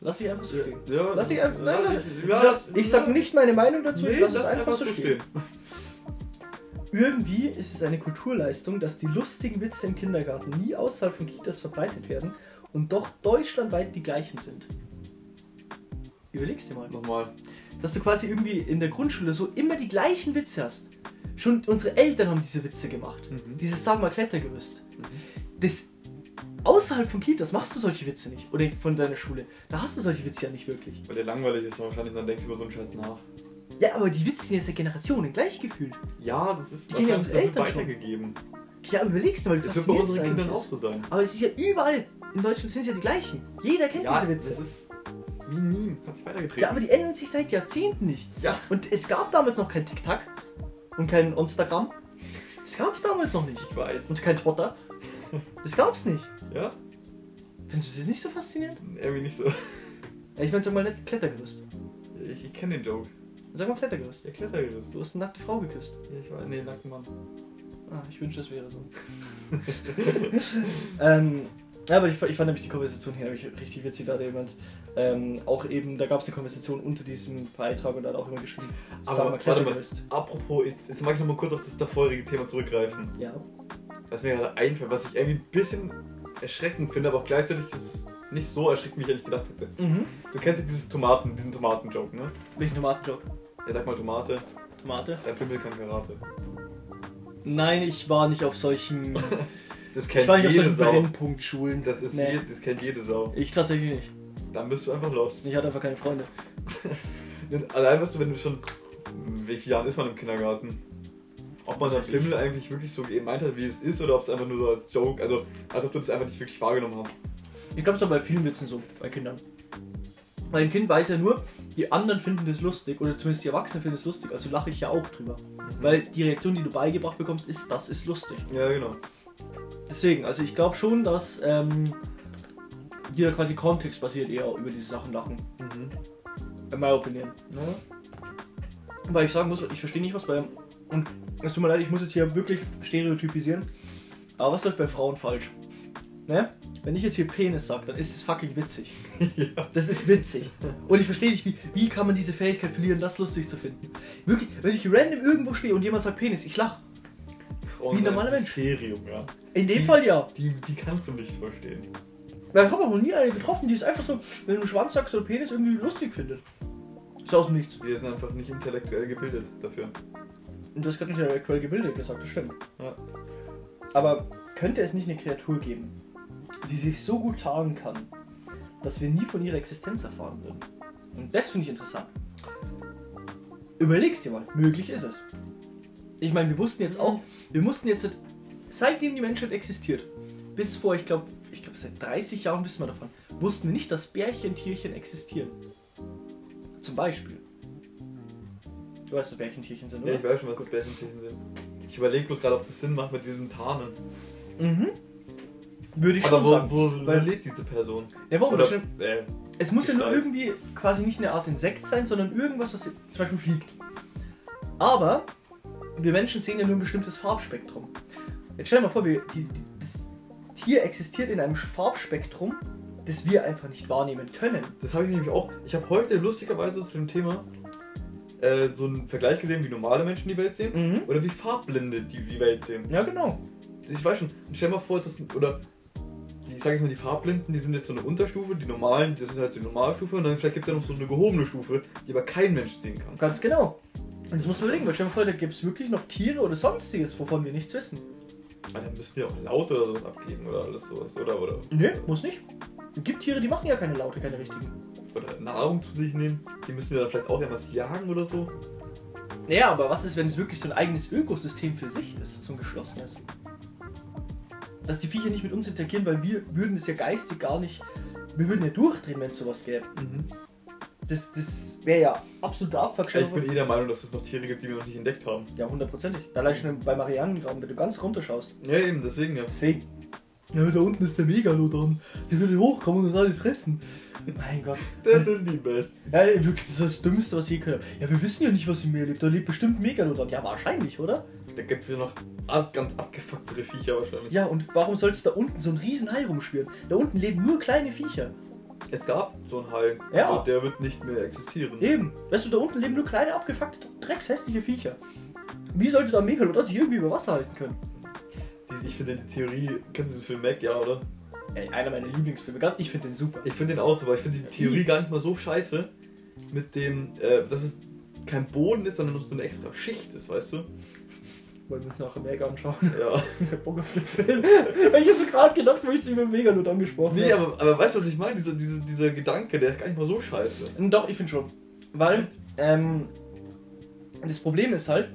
Speaker 1: Lass ich einfach so stehen.
Speaker 2: Ja,
Speaker 1: Lass ich einfach.
Speaker 2: ja,
Speaker 1: Nein, lass,
Speaker 2: ich-
Speaker 1: ich,
Speaker 2: ja,
Speaker 1: sag,
Speaker 2: lass-
Speaker 1: ich sag nicht meine Meinung dazu,
Speaker 2: Nee,
Speaker 1: ich lass es einfach so stehen. Irgendwie ist es eine Kulturleistung, dass die lustigen Witze im Kindergarten nie außerhalb von Kitas verbreitet werden und doch deutschlandweit die gleichen sind. Überlegst dir mal.
Speaker 2: Nochmal.
Speaker 1: Dass du quasi irgendwie in der Grundschule so immer die gleichen Witze hast. Schon unsere Eltern haben diese Witze gemacht.
Speaker 2: Mhm.
Speaker 1: Dieses Sag mal Klettergerüst. Das außerhalb von Kitas machst du solche Witze nicht. Oder von deiner Schule. Da hast du solche Witze ja nicht wirklich.
Speaker 2: Weil der langweilig ist wahrscheinlich, dann denkst du über so einen Scheiß nach.
Speaker 1: Ja, aber die Witze sind jetzt der Generationen gleich gefühlt.
Speaker 2: Ja, das ist
Speaker 1: Die gehen ja
Speaker 2: wahrscheinlich-
Speaker 1: unsere
Speaker 2: das wird
Speaker 1: Eltern schon.
Speaker 2: weitergegeben.
Speaker 1: Ja, überlegst du mal, wie
Speaker 2: Das wird bei
Speaker 1: faszinierend
Speaker 2: unseren
Speaker 1: das
Speaker 2: Kindern
Speaker 1: eigentlich
Speaker 2: auch
Speaker 1: ist.
Speaker 2: so sein.
Speaker 1: Aber es ist ja überall. In Deutschland sind es ja die gleichen. Jeder kennt diese
Speaker 2: das
Speaker 1: Witze.
Speaker 2: ist wie ein Meme. Hat sich
Speaker 1: Ja,
Speaker 2: weitergetreten.
Speaker 1: aber die ändern sich seit Jahrzehnten nicht.
Speaker 2: Ja.
Speaker 1: Und es gab damals noch kein TikTok und kein Instagram. Das gab es damals noch nicht.
Speaker 2: ich weiß.
Speaker 1: Und kein Twitter. Das gab's nicht.
Speaker 2: Ja?
Speaker 1: Findest du das nicht so faszinierend?
Speaker 2: Irgendwie nicht so.
Speaker 1: Ja, ich meine, sag mal nicht Klettergerüst.
Speaker 2: Ich, ich kenne den Joke.
Speaker 1: Sag mal Klettergerüst.
Speaker 2: Der Klettergerüst.
Speaker 1: Du hast eine nackte Frau geküsst.
Speaker 2: Ja, ich weiß. Nee, nackten Mann.
Speaker 1: Ah, ich wünschte, es wäre so. ähm, ja, aber ich, fa- ich fand nämlich die Konversation hier nämlich richtig witzig, da hat jemand. Ähm, auch eben, da gab es eine Konversation unter diesem Beitrag und da hat auch jemand geschrieben,
Speaker 2: Aber
Speaker 1: sag mal,
Speaker 2: warte mal.
Speaker 1: Klettergerüst.
Speaker 2: Apropos, jetzt, jetzt mag ich nochmal kurz auf das davorige Thema zurückgreifen.
Speaker 1: Ja.
Speaker 2: Was mir gerade einfällt, was ich irgendwie ein bisschen erschreckend finde, aber auch gleichzeitig ist es nicht so erschreckend, wie ich eigentlich gedacht hätte.
Speaker 1: Mhm.
Speaker 2: Du kennst ja dieses Tomaten, diesen Tomaten-Joke, ne?
Speaker 1: Welchen Tomatenjob?
Speaker 2: Ja, sag mal Tomate,
Speaker 1: Tomate?
Speaker 2: dein Pimmel kann Karate.
Speaker 1: Nein, ich war nicht auf solchen.
Speaker 2: Das kennt
Speaker 1: ich war nicht auf
Speaker 2: jede
Speaker 1: solchen
Speaker 2: Sau.
Speaker 1: Brennpunktschulen.
Speaker 2: Das, ist
Speaker 1: Nee.
Speaker 2: je, das kennt jede Sau.
Speaker 1: Ich tatsächlich nicht.
Speaker 2: Dann bist du einfach los.
Speaker 1: Ich hatte einfach keine Freunde.
Speaker 2: Und Allein weißt du, wenn du schon. Wie viele Jahren ist man im Kindergarten? Ob man sein Pimmel eigentlich wirklich so gemeint hat, wie es ist, oder ob es einfach nur so als Joke, also als ob du das einfach nicht wirklich wahrgenommen hast.
Speaker 1: Ich glaube, es ist auch bei vielen Witzen so, bei Kindern. Weil ein Kind weiß ja nur, die anderen finden das lustig oder zumindest die Erwachsenen finden es lustig, also lache ich ja auch drüber. Weil die Reaktion, die du beigebracht bekommst, ist, das ist lustig.
Speaker 2: Ja, genau.
Speaker 1: Deswegen, also ich glaube schon, dass ähm, jeder quasi kontextbasiert eher über diese Sachen lachen.
Speaker 2: Mhm.
Speaker 1: In meiner Opinion. ne? Weil ich sagen muss, ich verstehe nicht, was bei. Und es tut mir leid, ich muss jetzt hier wirklich stereotypisieren. Aber was läuft bei Frauen falsch? Ne? Wenn ich jetzt hier Penis sage, dann ist das fucking witzig.
Speaker 2: ja.
Speaker 1: Das ist witzig. Und ich verstehe nicht, wie, wie kann man diese Fähigkeit verlieren, das lustig zu finden. Wirklich, wenn ich random irgendwo stehe und jemand sagt Penis, ich lach.
Speaker 2: Oh,
Speaker 1: Wie ein
Speaker 2: so
Speaker 1: normaler Mensch.
Speaker 2: Mysterium, ja.
Speaker 1: In dem Fall ja.
Speaker 2: Die, die kannst du nicht verstehen.
Speaker 1: Weil ich habe auch noch nie eine getroffen, die ist einfach so, wenn du einen Schwanz sagst oder Penis irgendwie lustig findet. Ist aus dem Nichts.
Speaker 2: Wir sind einfach nicht intellektuell gebildet dafür.
Speaker 1: Und du hast gerade nicht aktuell gebildet gesagt, das stimmt.
Speaker 2: Ja.
Speaker 1: Aber könnte es nicht eine Kreatur geben, die sich so gut tarnen kann, dass wir nie von ihrer Existenz erfahren würden? Und das finde ich interessant. Überleg's dir mal, möglich ist es. Ich meine, wir wussten jetzt auch, wir mussten jetzt, seitdem die Menschheit existiert, bis vor, ich glaube, ich glaube seit 30 Jahren wissen wir davon, wussten wir nicht, dass Bärchen, Tierchen existieren. Zum Beispiel. Du weißt, was Bärchen, Tierchen sind,
Speaker 2: Ja,
Speaker 1: oder?
Speaker 2: ich weiß schon, was das Bärchentierchen sind. Ich überlege bloß gerade, ob das Sinn macht mit diesem Tarnen.
Speaker 1: Mhm. Würde ich
Speaker 2: Aber
Speaker 1: schon
Speaker 2: wo,
Speaker 1: sagen.
Speaker 2: wo
Speaker 1: weil-
Speaker 2: lebt diese Person?
Speaker 1: Ja, warum
Speaker 2: Oder,
Speaker 1: nicht?
Speaker 2: äh,
Speaker 1: Es muss ja nur
Speaker 2: Gestalt.
Speaker 1: irgendwie quasi nicht eine Art Insekt sein, sondern irgendwas, was zum Beispiel fliegt. Aber wir Menschen sehen ja nur ein bestimmtes Farbspektrum. Jetzt stell dir mal vor, wir, die, die, das Tier existiert in einem Farbspektrum, das wir einfach nicht wahrnehmen können.
Speaker 2: das habe ich nämlich auch. Ich habe heute lustigerweise zu dem Thema äh, so einen Vergleich gesehen, wie normale Menschen die Welt sehen.
Speaker 1: Mhm.
Speaker 2: Oder wie Farbblinde die die Welt sehen.
Speaker 1: Ja, genau.
Speaker 2: Ich weiß schon, stell mal vor, das sind, oder die, ich sage jetzt mal, die Farbblinden, die sind jetzt so eine Unterstufe, die normalen, das ist halt die Normalstufe und dann vielleicht gibt es ja noch so eine gehobene Stufe, die aber kein Mensch sehen kann.
Speaker 1: Ganz genau. Und das muss man überlegen, weil stell dir mal vor, da gibt es wirklich noch Tiere oder sonstiges, wovon wir nichts wissen.
Speaker 2: Aber dann müssen die auch laut oder sowas abgeben oder alles sowas, oder? Oder,
Speaker 1: Nö, muss nicht. Es gibt Tiere, die machen ja keine Laute, keine richtigen.
Speaker 2: oder Nahrung zu sich nehmen, die müssen ja dann vielleicht auch irgendwas jagen oder so.
Speaker 1: Naja, aber was ist, wenn es wirklich so ein eigenes Ökosystem für sich ist, so ein geschlossenes? Dass die Viecher nicht mit uns interagieren, weil wir würden es ja geistig gar nicht, wir würden ja durchdrehen, wenn es sowas gäbe. Das, das wäre ja absoluter Abfuckschirm.
Speaker 2: Ich bin eh der Meinung, dass es noch Tiere gibt, die wir noch nicht entdeckt haben.
Speaker 1: Ja, hundertprozentig. Allein schon bei Marianengraben, wenn du ganz runter schaust.
Speaker 2: Ja, eben, deswegen ja.
Speaker 1: Deswegen. Ja, da unten ist der Megalodon. Der würde hochkommen und uns alle fressen. Mein Gott.
Speaker 2: Das sind die besten.
Speaker 1: Ja, wirklich, das ist das Dümmste, was ich je gehört habe. Ja, wir wissen ja nicht, was im Meer lebt. Da lebt bestimmt ein Megalodon. Ja, wahrscheinlich, oder?
Speaker 2: Da gibt es ja noch ab- ganz abgefucktere Viecher wahrscheinlich.
Speaker 1: Ja, und warum soll es da unten so ein Riesenhai rumschwirren? Da unten leben nur kleine Viecher.
Speaker 2: Es gab so einen Hai,
Speaker 1: Ja.
Speaker 2: aber der wird nicht mehr existieren.
Speaker 1: Eben. Weißt du, da unten leben nur kleine, abgefuckte, dreckshässliche Viecher. Wie sollte da ein Megalodon sich irgendwie über Wasser halten können?
Speaker 2: Diese- Ich finde die Theorie, kennst du den Film Mac, ja, oder?
Speaker 1: Ey, einer meiner Lieblingsfilme. Ganz- Ich finde den super.
Speaker 2: Ich finde den auch so, aber ich finde die Theorie gar nicht mal so scheiße, mit dem, äh, dass es kein Boden ist, sondern nur so eine extra Schicht ist, weißt du?
Speaker 1: Wollen wir uns nachher Mega anschauen.
Speaker 2: Ja.
Speaker 1: Bock auf den Film. ich hab so gerade gedacht, wo ich dich über Megalodon gesprochen
Speaker 2: Nee,
Speaker 1: habe.
Speaker 2: aber, aber weißt du, was ich meine? Dieser, dieser, dieser Gedanke, der ist gar nicht mal so scheiße.
Speaker 1: Hm, Doch, ich finde schon. Weil, ähm, das Problem ist halt,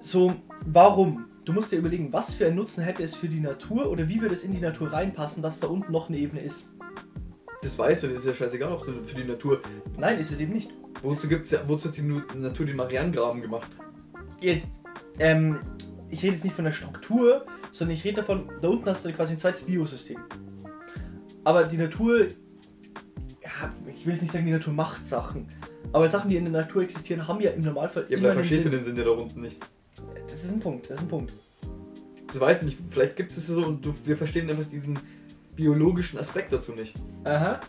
Speaker 1: so, warum? Du musst dir überlegen, was für einen Nutzen hätte es für die Natur oder wie würde es in die Natur reinpassen, dass da unten noch eine Ebene ist.
Speaker 2: Das weißt du, das ist ja scheißegal, ob so für die Natur.
Speaker 1: Nein, ist es eben nicht.
Speaker 2: Wozu gibt's ja, wozu hat die Nu- Natur den Marianengraben gemacht?
Speaker 1: Ihr, ähm, ich rede jetzt nicht von der Struktur, sondern ich rede davon, da unten hast du quasi ein zweites Biosystem. Aber die Natur, ja, ich will jetzt nicht sagen, die Natur macht Sachen. Aber Sachen, die in der Natur existieren, haben ja im Normalfall
Speaker 2: Ja, aber da
Speaker 1: immer einen
Speaker 2: verstehst du
Speaker 1: Sinn.
Speaker 2: den Sinn ja da unten nicht.
Speaker 1: Das ist ein Punkt, das ist ein Punkt.
Speaker 2: Du weißt nicht, vielleicht gibt es so und du, wir verstehen einfach diesen biologischen Aspekt dazu nicht.
Speaker 1: Aha.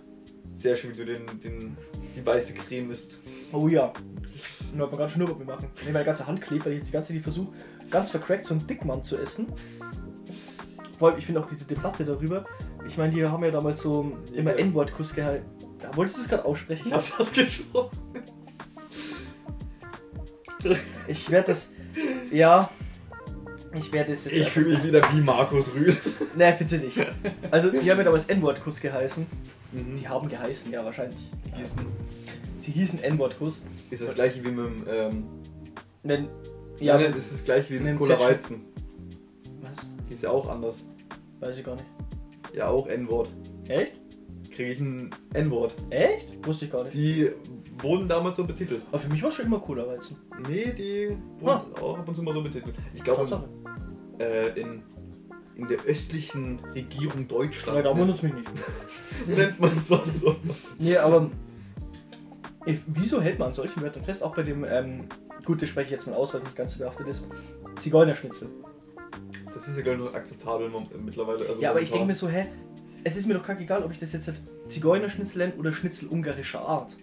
Speaker 2: Sehr schön, wie du den, den, die weiße Creme isst.
Speaker 1: Oh ja. Ich hab mir ganz Schnurrbart machen. Ich nehme meine ganze Hand klebt, weil ich jetzt die ganze Zeit versuche, ganz vercrackt so einen Dickmann zu essen. Vor allem, ich finde auch diese Debatte darüber. Ich meine, die haben ja damals so immer
Speaker 2: Ja.
Speaker 1: N-Wort-Kuss gehalten. Ja, wolltest du es gerade aussprechen?
Speaker 2: Ich hab's ausgesprochen.
Speaker 1: Ich werde das. Ja. Ich werde es jetzt.
Speaker 2: Ich fühle mich wieder wie Markus Rühl.
Speaker 1: Nee, bitte nicht. Also, die haben ja damals N-Wort-Kuss geheißen. Die
Speaker 2: Die
Speaker 1: haben geheißen, ja, wahrscheinlich.
Speaker 2: Hießen-
Speaker 1: Sie hießen N-Wort-Kuss.
Speaker 2: Ist das gleiche wie mit dem. Ähm,
Speaker 1: Wenn. Ja,
Speaker 2: ja, nein, ist das gleiche wie
Speaker 1: mit
Speaker 2: das
Speaker 1: dem
Speaker 2: Cola
Speaker 1: Zettel.
Speaker 2: Weizen.
Speaker 1: was?
Speaker 2: Die ist ja auch anders.
Speaker 1: Weiß ich gar nicht.
Speaker 2: Ja, auch N-Wort.
Speaker 1: Echt?
Speaker 2: Kriege ich ein N-Wort.
Speaker 1: Echt? Wusste ich gar nicht.
Speaker 2: Die wurden damals so betitelt.
Speaker 1: Aber für mich war schon immer cooler Weizen.
Speaker 2: Nee, die wurden
Speaker 1: Ah.
Speaker 2: auch ab und zu mal so betitelt. Ich glaube,
Speaker 1: Tatsache.
Speaker 2: äh, in, in der östlichen Regierung
Speaker 1: Aber
Speaker 2: Deutschlands
Speaker 1: da
Speaker 2: nennt,
Speaker 1: wundert mich nicht.
Speaker 2: nennt man es auch so.
Speaker 1: Nee, aber. Ey, wieso hält man an solchen Wörtern fest? Auch bei dem. Ähm, gut, das spreche ich jetzt mal aus, weil es nicht ganz so behaftet ist. Zigeunerschnitzel.
Speaker 2: Das ist ja, glaube ich, noch akzeptabel mom- mittlerweile. Also
Speaker 1: Ja, aber ich denke mir
Speaker 2: momentan.
Speaker 1: so, hä? Es ist mir doch kackegal, ob ich das jetzt halt Zigeunerschnitzel nenne oder Schnitzel ungarischer Art.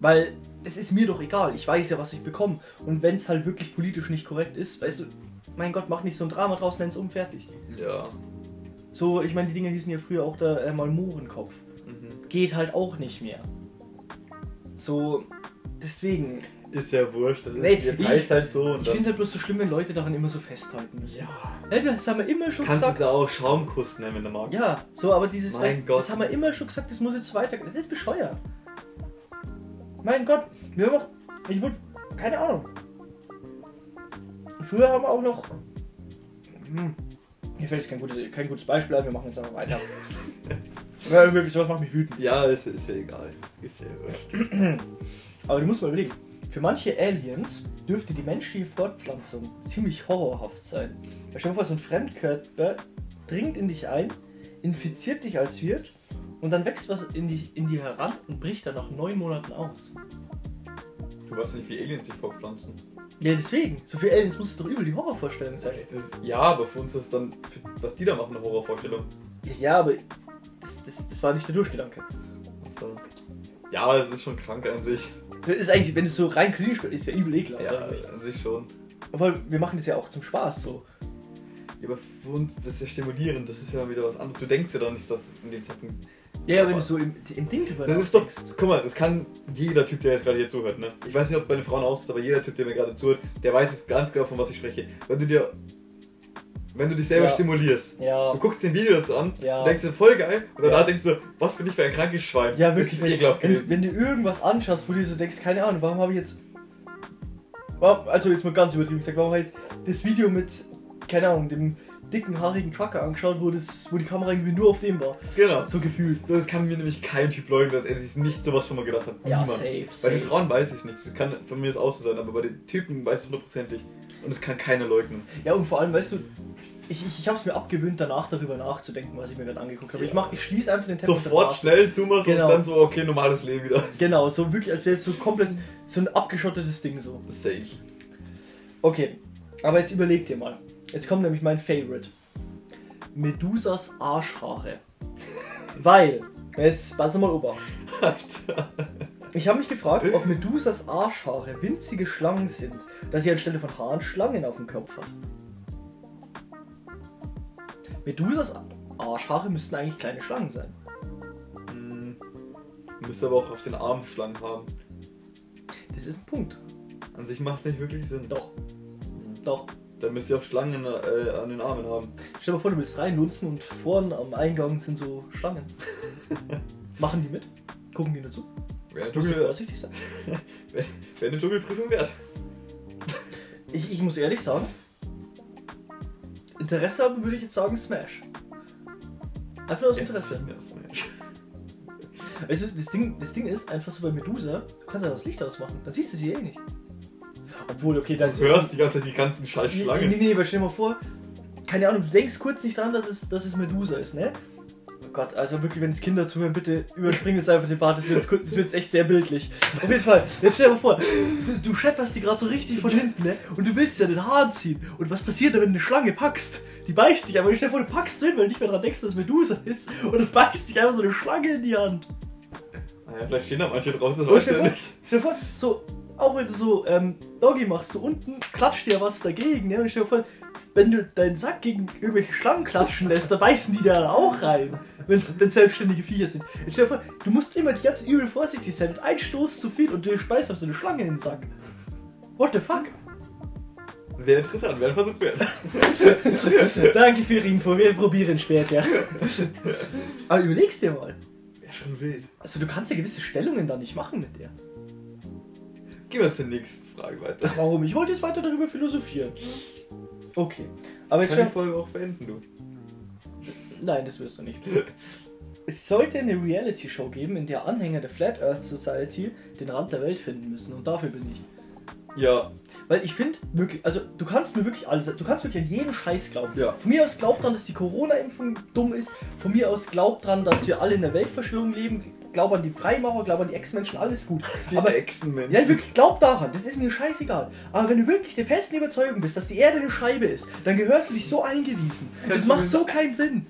Speaker 1: Weil es ist mir doch egal. Ich weiß ja, was ich bekomme. Und wenn es halt wirklich politisch nicht korrekt ist, weißt du, mein Gott, mach nicht so ein Drama draus, nenn's um, fertig.
Speaker 2: Ja.
Speaker 1: So, ich meine, die Dinger hießen ja früher auch da äh, mal Mohrenkopf.
Speaker 2: Mhm.
Speaker 1: Geht halt auch nicht mehr. So, deswegen.
Speaker 2: Ist ja wurscht. Das
Speaker 1: Nee,
Speaker 2: ist, jetzt
Speaker 1: ich-
Speaker 2: heißt halt so. Und
Speaker 1: Ich
Speaker 2: dann-
Speaker 1: finde es halt bloß so schlimm, wenn Leute daran immer so festhalten müssen.
Speaker 2: ja.
Speaker 1: Ne, das haben wir immer schon
Speaker 2: Kannst du es
Speaker 1: gesagt.
Speaker 2: auch Schaumkuss nennen, wenn du magst.
Speaker 1: Ja, so, aber dieses,
Speaker 2: Mein
Speaker 1: weißt,
Speaker 2: Gott.
Speaker 1: das haben wir immer schon gesagt, das muss jetzt weiter, das ist bescheuert. Mein Gott, wir haben auch, ich wurde, keine Ahnung. Früher haben wir auch noch, hm, mir fällt jetzt kein gutes, kein gutes Beispiel ein, wir machen jetzt einfach weiter. ja, wirklich, sowas macht mich wütend.
Speaker 2: Ja, ist, ist ja egal. Ist ja wurscht.
Speaker 1: Aber du musst mal überlegen, Für manche Aliens dürfte die menschliche Fortpflanzung ziemlich horrorhaft sein. Weil Stell dir mal vor, so ein Fremdkörper dringt in dich ein, infiziert dich als Wirt und dann wächst was in dich in dir heran und bricht dann nach neun Monaten aus.
Speaker 2: Du weißt nicht, wie Aliens sich fortpflanzen.
Speaker 1: Ja, deswegen. So für Aliens muss es doch übel die Horrorvorstellung sein.
Speaker 2: Jetzt ist, ja, aber für uns ist dann, für, was die da machen, eine Horrorvorstellung.
Speaker 1: Ja, aber das, das, das war nicht der Durchgedanke.
Speaker 2: Also, ja, aber das ist schon krank an sich.
Speaker 1: Das ist eigentlich, wenn du so rein klinisch bist, ist ja übel ekelhaft
Speaker 2: Ja,
Speaker 1: eigentlich.
Speaker 2: an sich schon.
Speaker 1: Obwohl, wir machen das ja auch zum Spaß so.
Speaker 2: Ja, aber für uns, das ist ja stimulierend, das ist ja dann wieder was anderes. Du denkst ja dann nicht, dass in dem Zeitpunkt.
Speaker 1: Ja, wenn du so im, im Ding drüber
Speaker 2: Das ist doch. Guck mal, das kann jeder Typ, der jetzt gerade hier zuhört, ne? Ich weiß nicht, ob es bei den Frauen aus ist, aber jeder Typ, der mir gerade zuhört, der weiß es ganz genau, von was ich spreche. Wenn du dir. Wenn du dich selber
Speaker 1: Ja.
Speaker 2: stimulierst,
Speaker 1: Ja.
Speaker 2: du guckst dir ein Video dazu an,
Speaker 1: Ja.
Speaker 2: du denkst dir voll geil, und danach
Speaker 1: Ja.
Speaker 2: denkst du, was bin ich für ein krankes Schwein?
Speaker 1: Ja,
Speaker 2: Das
Speaker 1: wirklich.
Speaker 2: ist ekelhaft
Speaker 1: wenn,
Speaker 2: gewesen.
Speaker 1: wenn, wenn du irgendwas anschaust, wo du dir so denkst, keine Ahnung, warum habe ich jetzt. Warum- Also jetzt mal ganz übertrieben gesagt, warum habe ich jetzt das Video mit, keine Ahnung, dem dicken, haarigen Trucker angeschaut, wo, das, wo die Kamera irgendwie nur auf dem war.
Speaker 2: Genau.
Speaker 1: So gefühlt.
Speaker 2: Das kann mir nämlich kein Typ leugnen, dass er sich nicht sowas schon mal gedacht hat.
Speaker 1: Ja,
Speaker 2: Niemand.
Speaker 1: safe,
Speaker 2: Bei den
Speaker 1: safe.
Speaker 2: Frauen weiß ich nicht. Das kann von mir aus so sein, aber bei den Typen weiß ich hundertprozentig. Und das kann keiner leugnen.
Speaker 1: Ja, und vor allem, weißt du, ich, ich, ich habe es mir abgewöhnt, danach darüber nachzudenken, was ich mir gerade angeguckt habe. Ich, mach, ich schließe einfach den Tab und
Speaker 2: Sofort
Speaker 1: danach-
Speaker 2: schnell zumachen
Speaker 1: Genau.
Speaker 2: und dann so, okay, normales Leben wieder.
Speaker 1: Genau, so wirklich, als wäre es so komplett so ein abgeschottetes Ding so.
Speaker 2: Safe.
Speaker 1: Okay, aber jetzt überleg dir mal. Jetzt kommt nämlich mein Favorite. Medusas Arschhaare. Weil, jetzt pass mal ober.
Speaker 2: Alter.
Speaker 1: Ich habe mich gefragt, ob Medusas Arschhaare winzige Schlangen sind, dass sie anstelle von Haaren Schlangen auf dem Kopf hat. Medusas Arschhaare müssten eigentlich kleine Schlangen sein.
Speaker 2: Hm. Müsste aber auch auf den Arm Schlangen haben.
Speaker 1: Das ist ein Punkt.
Speaker 2: An sich macht es nicht wirklich Sinn.
Speaker 1: Doch, doch.
Speaker 2: Dann müsst ihr auch Schlangen äh, an den Armen haben.
Speaker 1: Stell dir mal vor, du willst reinlunzen und vorn am Eingang sind so Schlangen. Machen die mit? Gucken die nur zu?
Speaker 2: Wäre eine,
Speaker 1: Musst du
Speaker 2: Dschungel,
Speaker 1: vorsichtig sein?
Speaker 2: wäre eine Dschungelprüfung wert.
Speaker 1: Ich, ich muss ehrlich sagen, Interesse haben würde ich jetzt sagen Smash. Einfach aus Interesse.
Speaker 2: Jetzt- jetzt- Mensch.
Speaker 1: Weißt du, das Ding, das Ding ist einfach so bei Medusa, du kannst ja das Licht ausmachen, dann siehst du sie eh nicht. Obwohl, okay, dann.
Speaker 2: Du hörst die ganze Zeit die ganzen scheiß
Speaker 1: nee,
Speaker 2: Schlangen.
Speaker 1: nee, nee, aber stell dir mal vor, keine Ahnung, du denkst kurz nicht dran, dass es, dass es Medusa ist, ne? Oh Gott, also wirklich, wenn es Kinder zuhören, bitte überspringen jetzt einfach den Part, das wird jetzt, kurz- das wird jetzt echt sehr bildlich. Auf jeden Fall, jetzt stell dir mal vor, du, du schepperst die gerade so richtig von hinten, ne? Und du willst ja den Hahn ziehen. Und was passiert denn, wenn du eine Schlange packst? Die beißt dich, aber stell dir vor, du packst sie hin, weil du nicht mehr dran denkst, dass es Medusa ist. Und dann beißt dich einfach so eine Schlange in die Hand.
Speaker 2: Naja, Ah vielleicht stehen da manche draußen, das
Speaker 1: Und
Speaker 2: weißt du
Speaker 1: stell,
Speaker 2: ja
Speaker 1: dir
Speaker 2: nicht.
Speaker 1: vor, stell dir vor, so, auch wenn du so ähm, Doggy machst, so unten klatscht dir was dagegen, ne? Und stell dir vor, wenn du deinen Sack gegen irgendwelche Schlangen klatschen lässt, dann beißen die da auch rein, wenn's, wenn selbstständige Viecher sind. Jetzt stell dir vor, du musst immer die ganze Zeit übel vorsichtig sein und ein Stoß zu viel und du speist auf so eine Schlange in den Sack. What the fuck?
Speaker 2: Wäre interessant, wäre ein Versuch wert.
Speaker 1: Danke für die Info, wir probieren später. Aber überleg's dir mal.
Speaker 2: Wäre schon wild.
Speaker 1: Also du kannst ja gewisse Stellungen da nicht machen mit der.
Speaker 2: Gehen wir zur nächsten Frage weiter.
Speaker 1: Warum? Ich wollte jetzt weiter darüber philosophieren. Okay. Aber jetzt
Speaker 2: Ich
Speaker 1: stell
Speaker 2: kann die Folge auch beenden, du.
Speaker 1: Nein, das wirst du nicht. Es sollte eine Reality-Show geben, in der Anhänger der Flat Earth Society den Rand der Welt finden müssen. Und dafür bin ich.
Speaker 2: Ja,
Speaker 1: Weil ich finde, wirklich, also du kannst mir wirklich alles, du kannst wirklich an jeden Scheiß glauben.
Speaker 2: Ja.
Speaker 1: Von mir aus glaubt dran, dass die Corona-Impfung dumm ist. Von mir aus glaubt dran, dass wir alle in der Weltverschwörung leben. Glaub an die Freimaurer, glaub an die Ex-Menschen, alles gut.
Speaker 2: die
Speaker 1: Aber
Speaker 2: Echsenmenschen.
Speaker 1: ja, wirklich, glaub daran, das ist mir scheißegal. Aber wenn du wirklich der festen Überzeugung bist, dass die Erde eine Scheibe ist, dann gehörst du dich so eingewiesen. Das
Speaker 2: Kannst du
Speaker 1: macht
Speaker 2: mir-
Speaker 1: so keinen Sinn.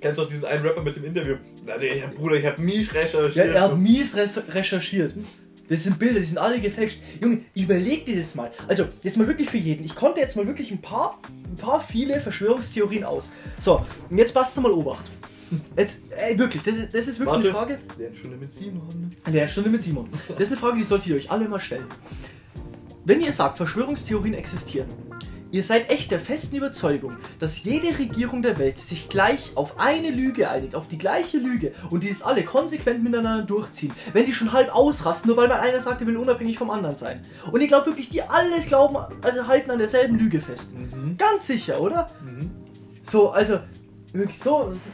Speaker 2: Kennst du auch diesen einen Rapper mit dem Interview? Na, nee, Herr Bruder, ich hab mich recherchiert.
Speaker 1: Ja, er hat mies res recherchiert. Das sind Bilder, die sind alle gefälscht. Junge, überleg dir das mal. Also, jetzt mal wirklich für jeden. Ich konnte jetzt mal wirklich ein paar, ein paar viele Verschwörungstheorien aus. So, und jetzt passt du mal Obacht. Jetzt, ey, wirklich, das ist, das ist wirklich
Speaker 2: Warte.
Speaker 1: eine Frage.
Speaker 2: Lernstunde mit Simon.
Speaker 1: An der Stunde mit Simon. Das ist eine Frage, die solltet ihr euch alle mal stellen. Wenn ihr sagt, Verschwörungstheorien existieren, ihr seid echt der festen Überzeugung, dass jede Regierung der Welt sich gleich auf eine Lüge einigt, auf die gleiche Lüge und die es alle konsequent miteinander durchziehen, wenn die schon halb ausrasten, nur weil mal einer sagt, er will unabhängig vom anderen sein. Und ihr glaubt wirklich, die alle glauben, also halten an derselben Lüge fest.
Speaker 2: Mhm.
Speaker 1: Ganz sicher, oder?
Speaker 2: Mhm.
Speaker 1: So, also, wirklich so. es ist-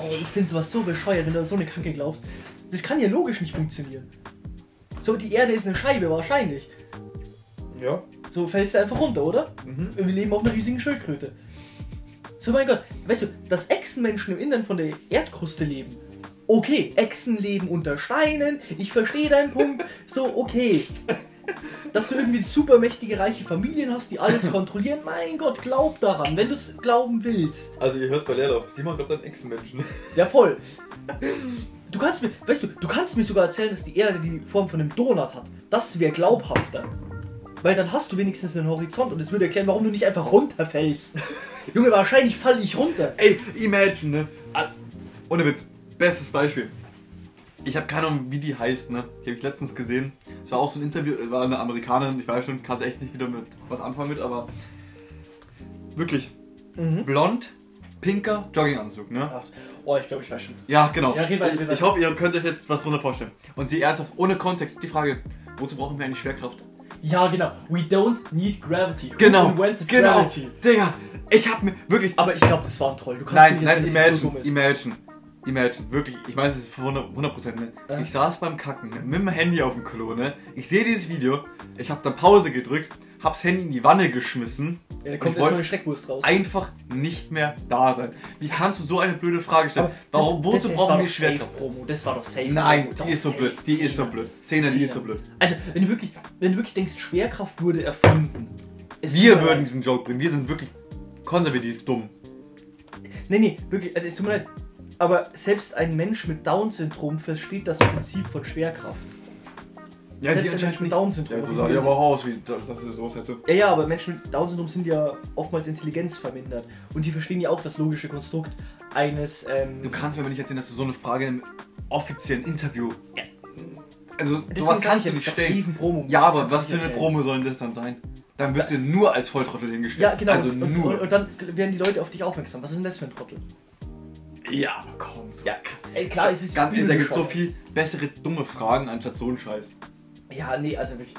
Speaker 1: Ey, ich finde sowas so bescheuert, wenn du an so eine Kacke glaubst. Das kann ja logisch nicht funktionieren. So, die Erde ist eine Scheibe, wahrscheinlich.
Speaker 2: Ja.
Speaker 1: So fällst du einfach runter, oder?
Speaker 2: Mhm.
Speaker 1: Wir leben auf einer riesigen Schildkröte. So, mein Gott, weißt du, dass Echsenmenschen im Innern von der Erdkruste leben. Okay, Echsen leben unter Steinen, ich verstehe deinen Punkt. So, okay. Dass du irgendwie supermächtige, reiche Familien hast, die alles kontrollieren. Mein Gott, glaub daran, wenn du es glauben willst.
Speaker 2: Also ihr hört bei Leerlauf. Simon glaubt an Echsenmenschen.
Speaker 1: Ja, voll. Du kannst mir, weißt du, du kannst mir sogar erzählen, dass die Erde die Form von einem Donut hat. Das wäre glaubhafter. Weil dann hast du wenigstens einen Horizont und es würde erklären, warum du nicht einfach runterfällst. Junge, wahrscheinlich falle ich runter.
Speaker 2: Ey, imagine, ne? Ah, Ohne Witz. Bestes Beispiel. Ich habe keine Ahnung, wie die heißt, ne? Die habe ich letztens gesehen. Es war auch so ein Interview, äh, war eine Amerikanerin, ich weiß schon, kannst echt nicht wieder mit was anfangen mit, aber wirklich.
Speaker 1: Mhm.
Speaker 2: Blond, pinker Jogginganzug, ne?
Speaker 1: Ach, Oh, ich glaube, ich weiß schon.
Speaker 2: Ja, genau.
Speaker 1: Ja, red weiter, red
Speaker 2: ich, ich
Speaker 1: weiter.
Speaker 2: hoffe, ihr könnt euch jetzt was drunter vorstellen. Und sie ernsthaft, ohne Kontext, die Frage, wozu brauchen wir eine Schwerkraft?
Speaker 1: Ja, genau. We don't need gravity. We
Speaker 2: Genau,
Speaker 1: invented
Speaker 2: genau.
Speaker 1: Gravity.
Speaker 2: Digga, ich hab mir wirklich...
Speaker 1: Aber ich glaube, das war ein Troll. Du kannst
Speaker 2: Nein,
Speaker 1: mir
Speaker 2: nein,
Speaker 1: nicht erzählen, dass es
Speaker 2: imagine,
Speaker 1: so dumm ist.
Speaker 2: imagine, imagine, wirklich, ich meine, es ist von 100%, ne?
Speaker 1: Ja.
Speaker 2: Ich saß beim Kacken ne, mit dem Handy auf dem Klo, ne? Ich sehe dieses Video, ich hab dann Pause gedrückt, hab's Handy in die Wanne geschmissen.
Speaker 1: Ja, da kommt
Speaker 2: und ich wollt
Speaker 1: erstmal eine Schreckwurst raus.
Speaker 2: einfach nicht mehr da sein. Wie kannst du so eine blöde Frage stellen?
Speaker 1: Aber
Speaker 2: Warum,
Speaker 1: das-
Speaker 2: wozu
Speaker 1: das
Speaker 2: brauchen
Speaker 1: war
Speaker 2: wir
Speaker 1: doch safe
Speaker 2: Schwerkraft?
Speaker 1: Promo, das war doch safe.
Speaker 2: Nein,
Speaker 1: Promo,
Speaker 2: die
Speaker 1: doch
Speaker 2: ist so
Speaker 1: safe,
Speaker 2: blöd, die ist so
Speaker 1: Zehner.
Speaker 2: blöd. Zehner, die ist so
Speaker 1: Zehner.
Speaker 2: blöd.
Speaker 1: Also, wenn du wirklich, wenn du wirklich denkst, Schwerkraft wurde erfunden. Es
Speaker 2: Wir
Speaker 1: tut mir
Speaker 2: würden
Speaker 1: leid.
Speaker 2: diesen Joke bringen, wir sind wirklich konservativ dumm.
Speaker 1: Nee, nee, wirklich, also es tut mir leid. Aber selbst ein Mensch mit Down-Syndrom versteht das Prinzip von Schwerkraft.
Speaker 2: Ja,
Speaker 1: Selbst der Mensch mit Down-Syndrom.
Speaker 2: Ja, so
Speaker 1: Die
Speaker 2: sah
Speaker 1: sind-
Speaker 2: die aber auch aus, wie dass dass sie sowas hätte.
Speaker 1: Ja, ja, aber Menschen mit Down-Syndrom sind ja oftmals intelligenzvermindert. Und die verstehen ja auch das logische Konstrukt eines. Ähm,
Speaker 2: Du kannst mir aber nicht erzählen, dass du so eine Frage in einem offiziellen Interview. Also,
Speaker 1: Deswegen sag
Speaker 2: sowas kann
Speaker 1: ich
Speaker 2: ich dir
Speaker 1: ja,
Speaker 2: nicht
Speaker 1: das ist
Speaker 2: stellen.
Speaker 1: ein Promo.
Speaker 2: Ja,
Speaker 1: Das
Speaker 2: aber
Speaker 1: kannst du
Speaker 2: was
Speaker 1: nicht
Speaker 2: für eine
Speaker 1: erzählen.
Speaker 2: Promo soll denn das dann sein? Dann wirst du nur als Volltrottel hingestellt.
Speaker 1: Ja, genau.
Speaker 2: Also
Speaker 1: und,
Speaker 2: nur.
Speaker 1: Und, und dann werden die Leute auf dich aufmerksam. Was ist denn das für ein Trottel?
Speaker 2: ja, aber komm. So
Speaker 1: ey, klar, es ist
Speaker 2: Ganz ehrlich,
Speaker 1: übel
Speaker 2: da gibt es so
Speaker 1: bescheuert.
Speaker 2: viel bessere dumme Fragen anstatt so einen Scheiß.
Speaker 1: Ja, nee, also wirklich.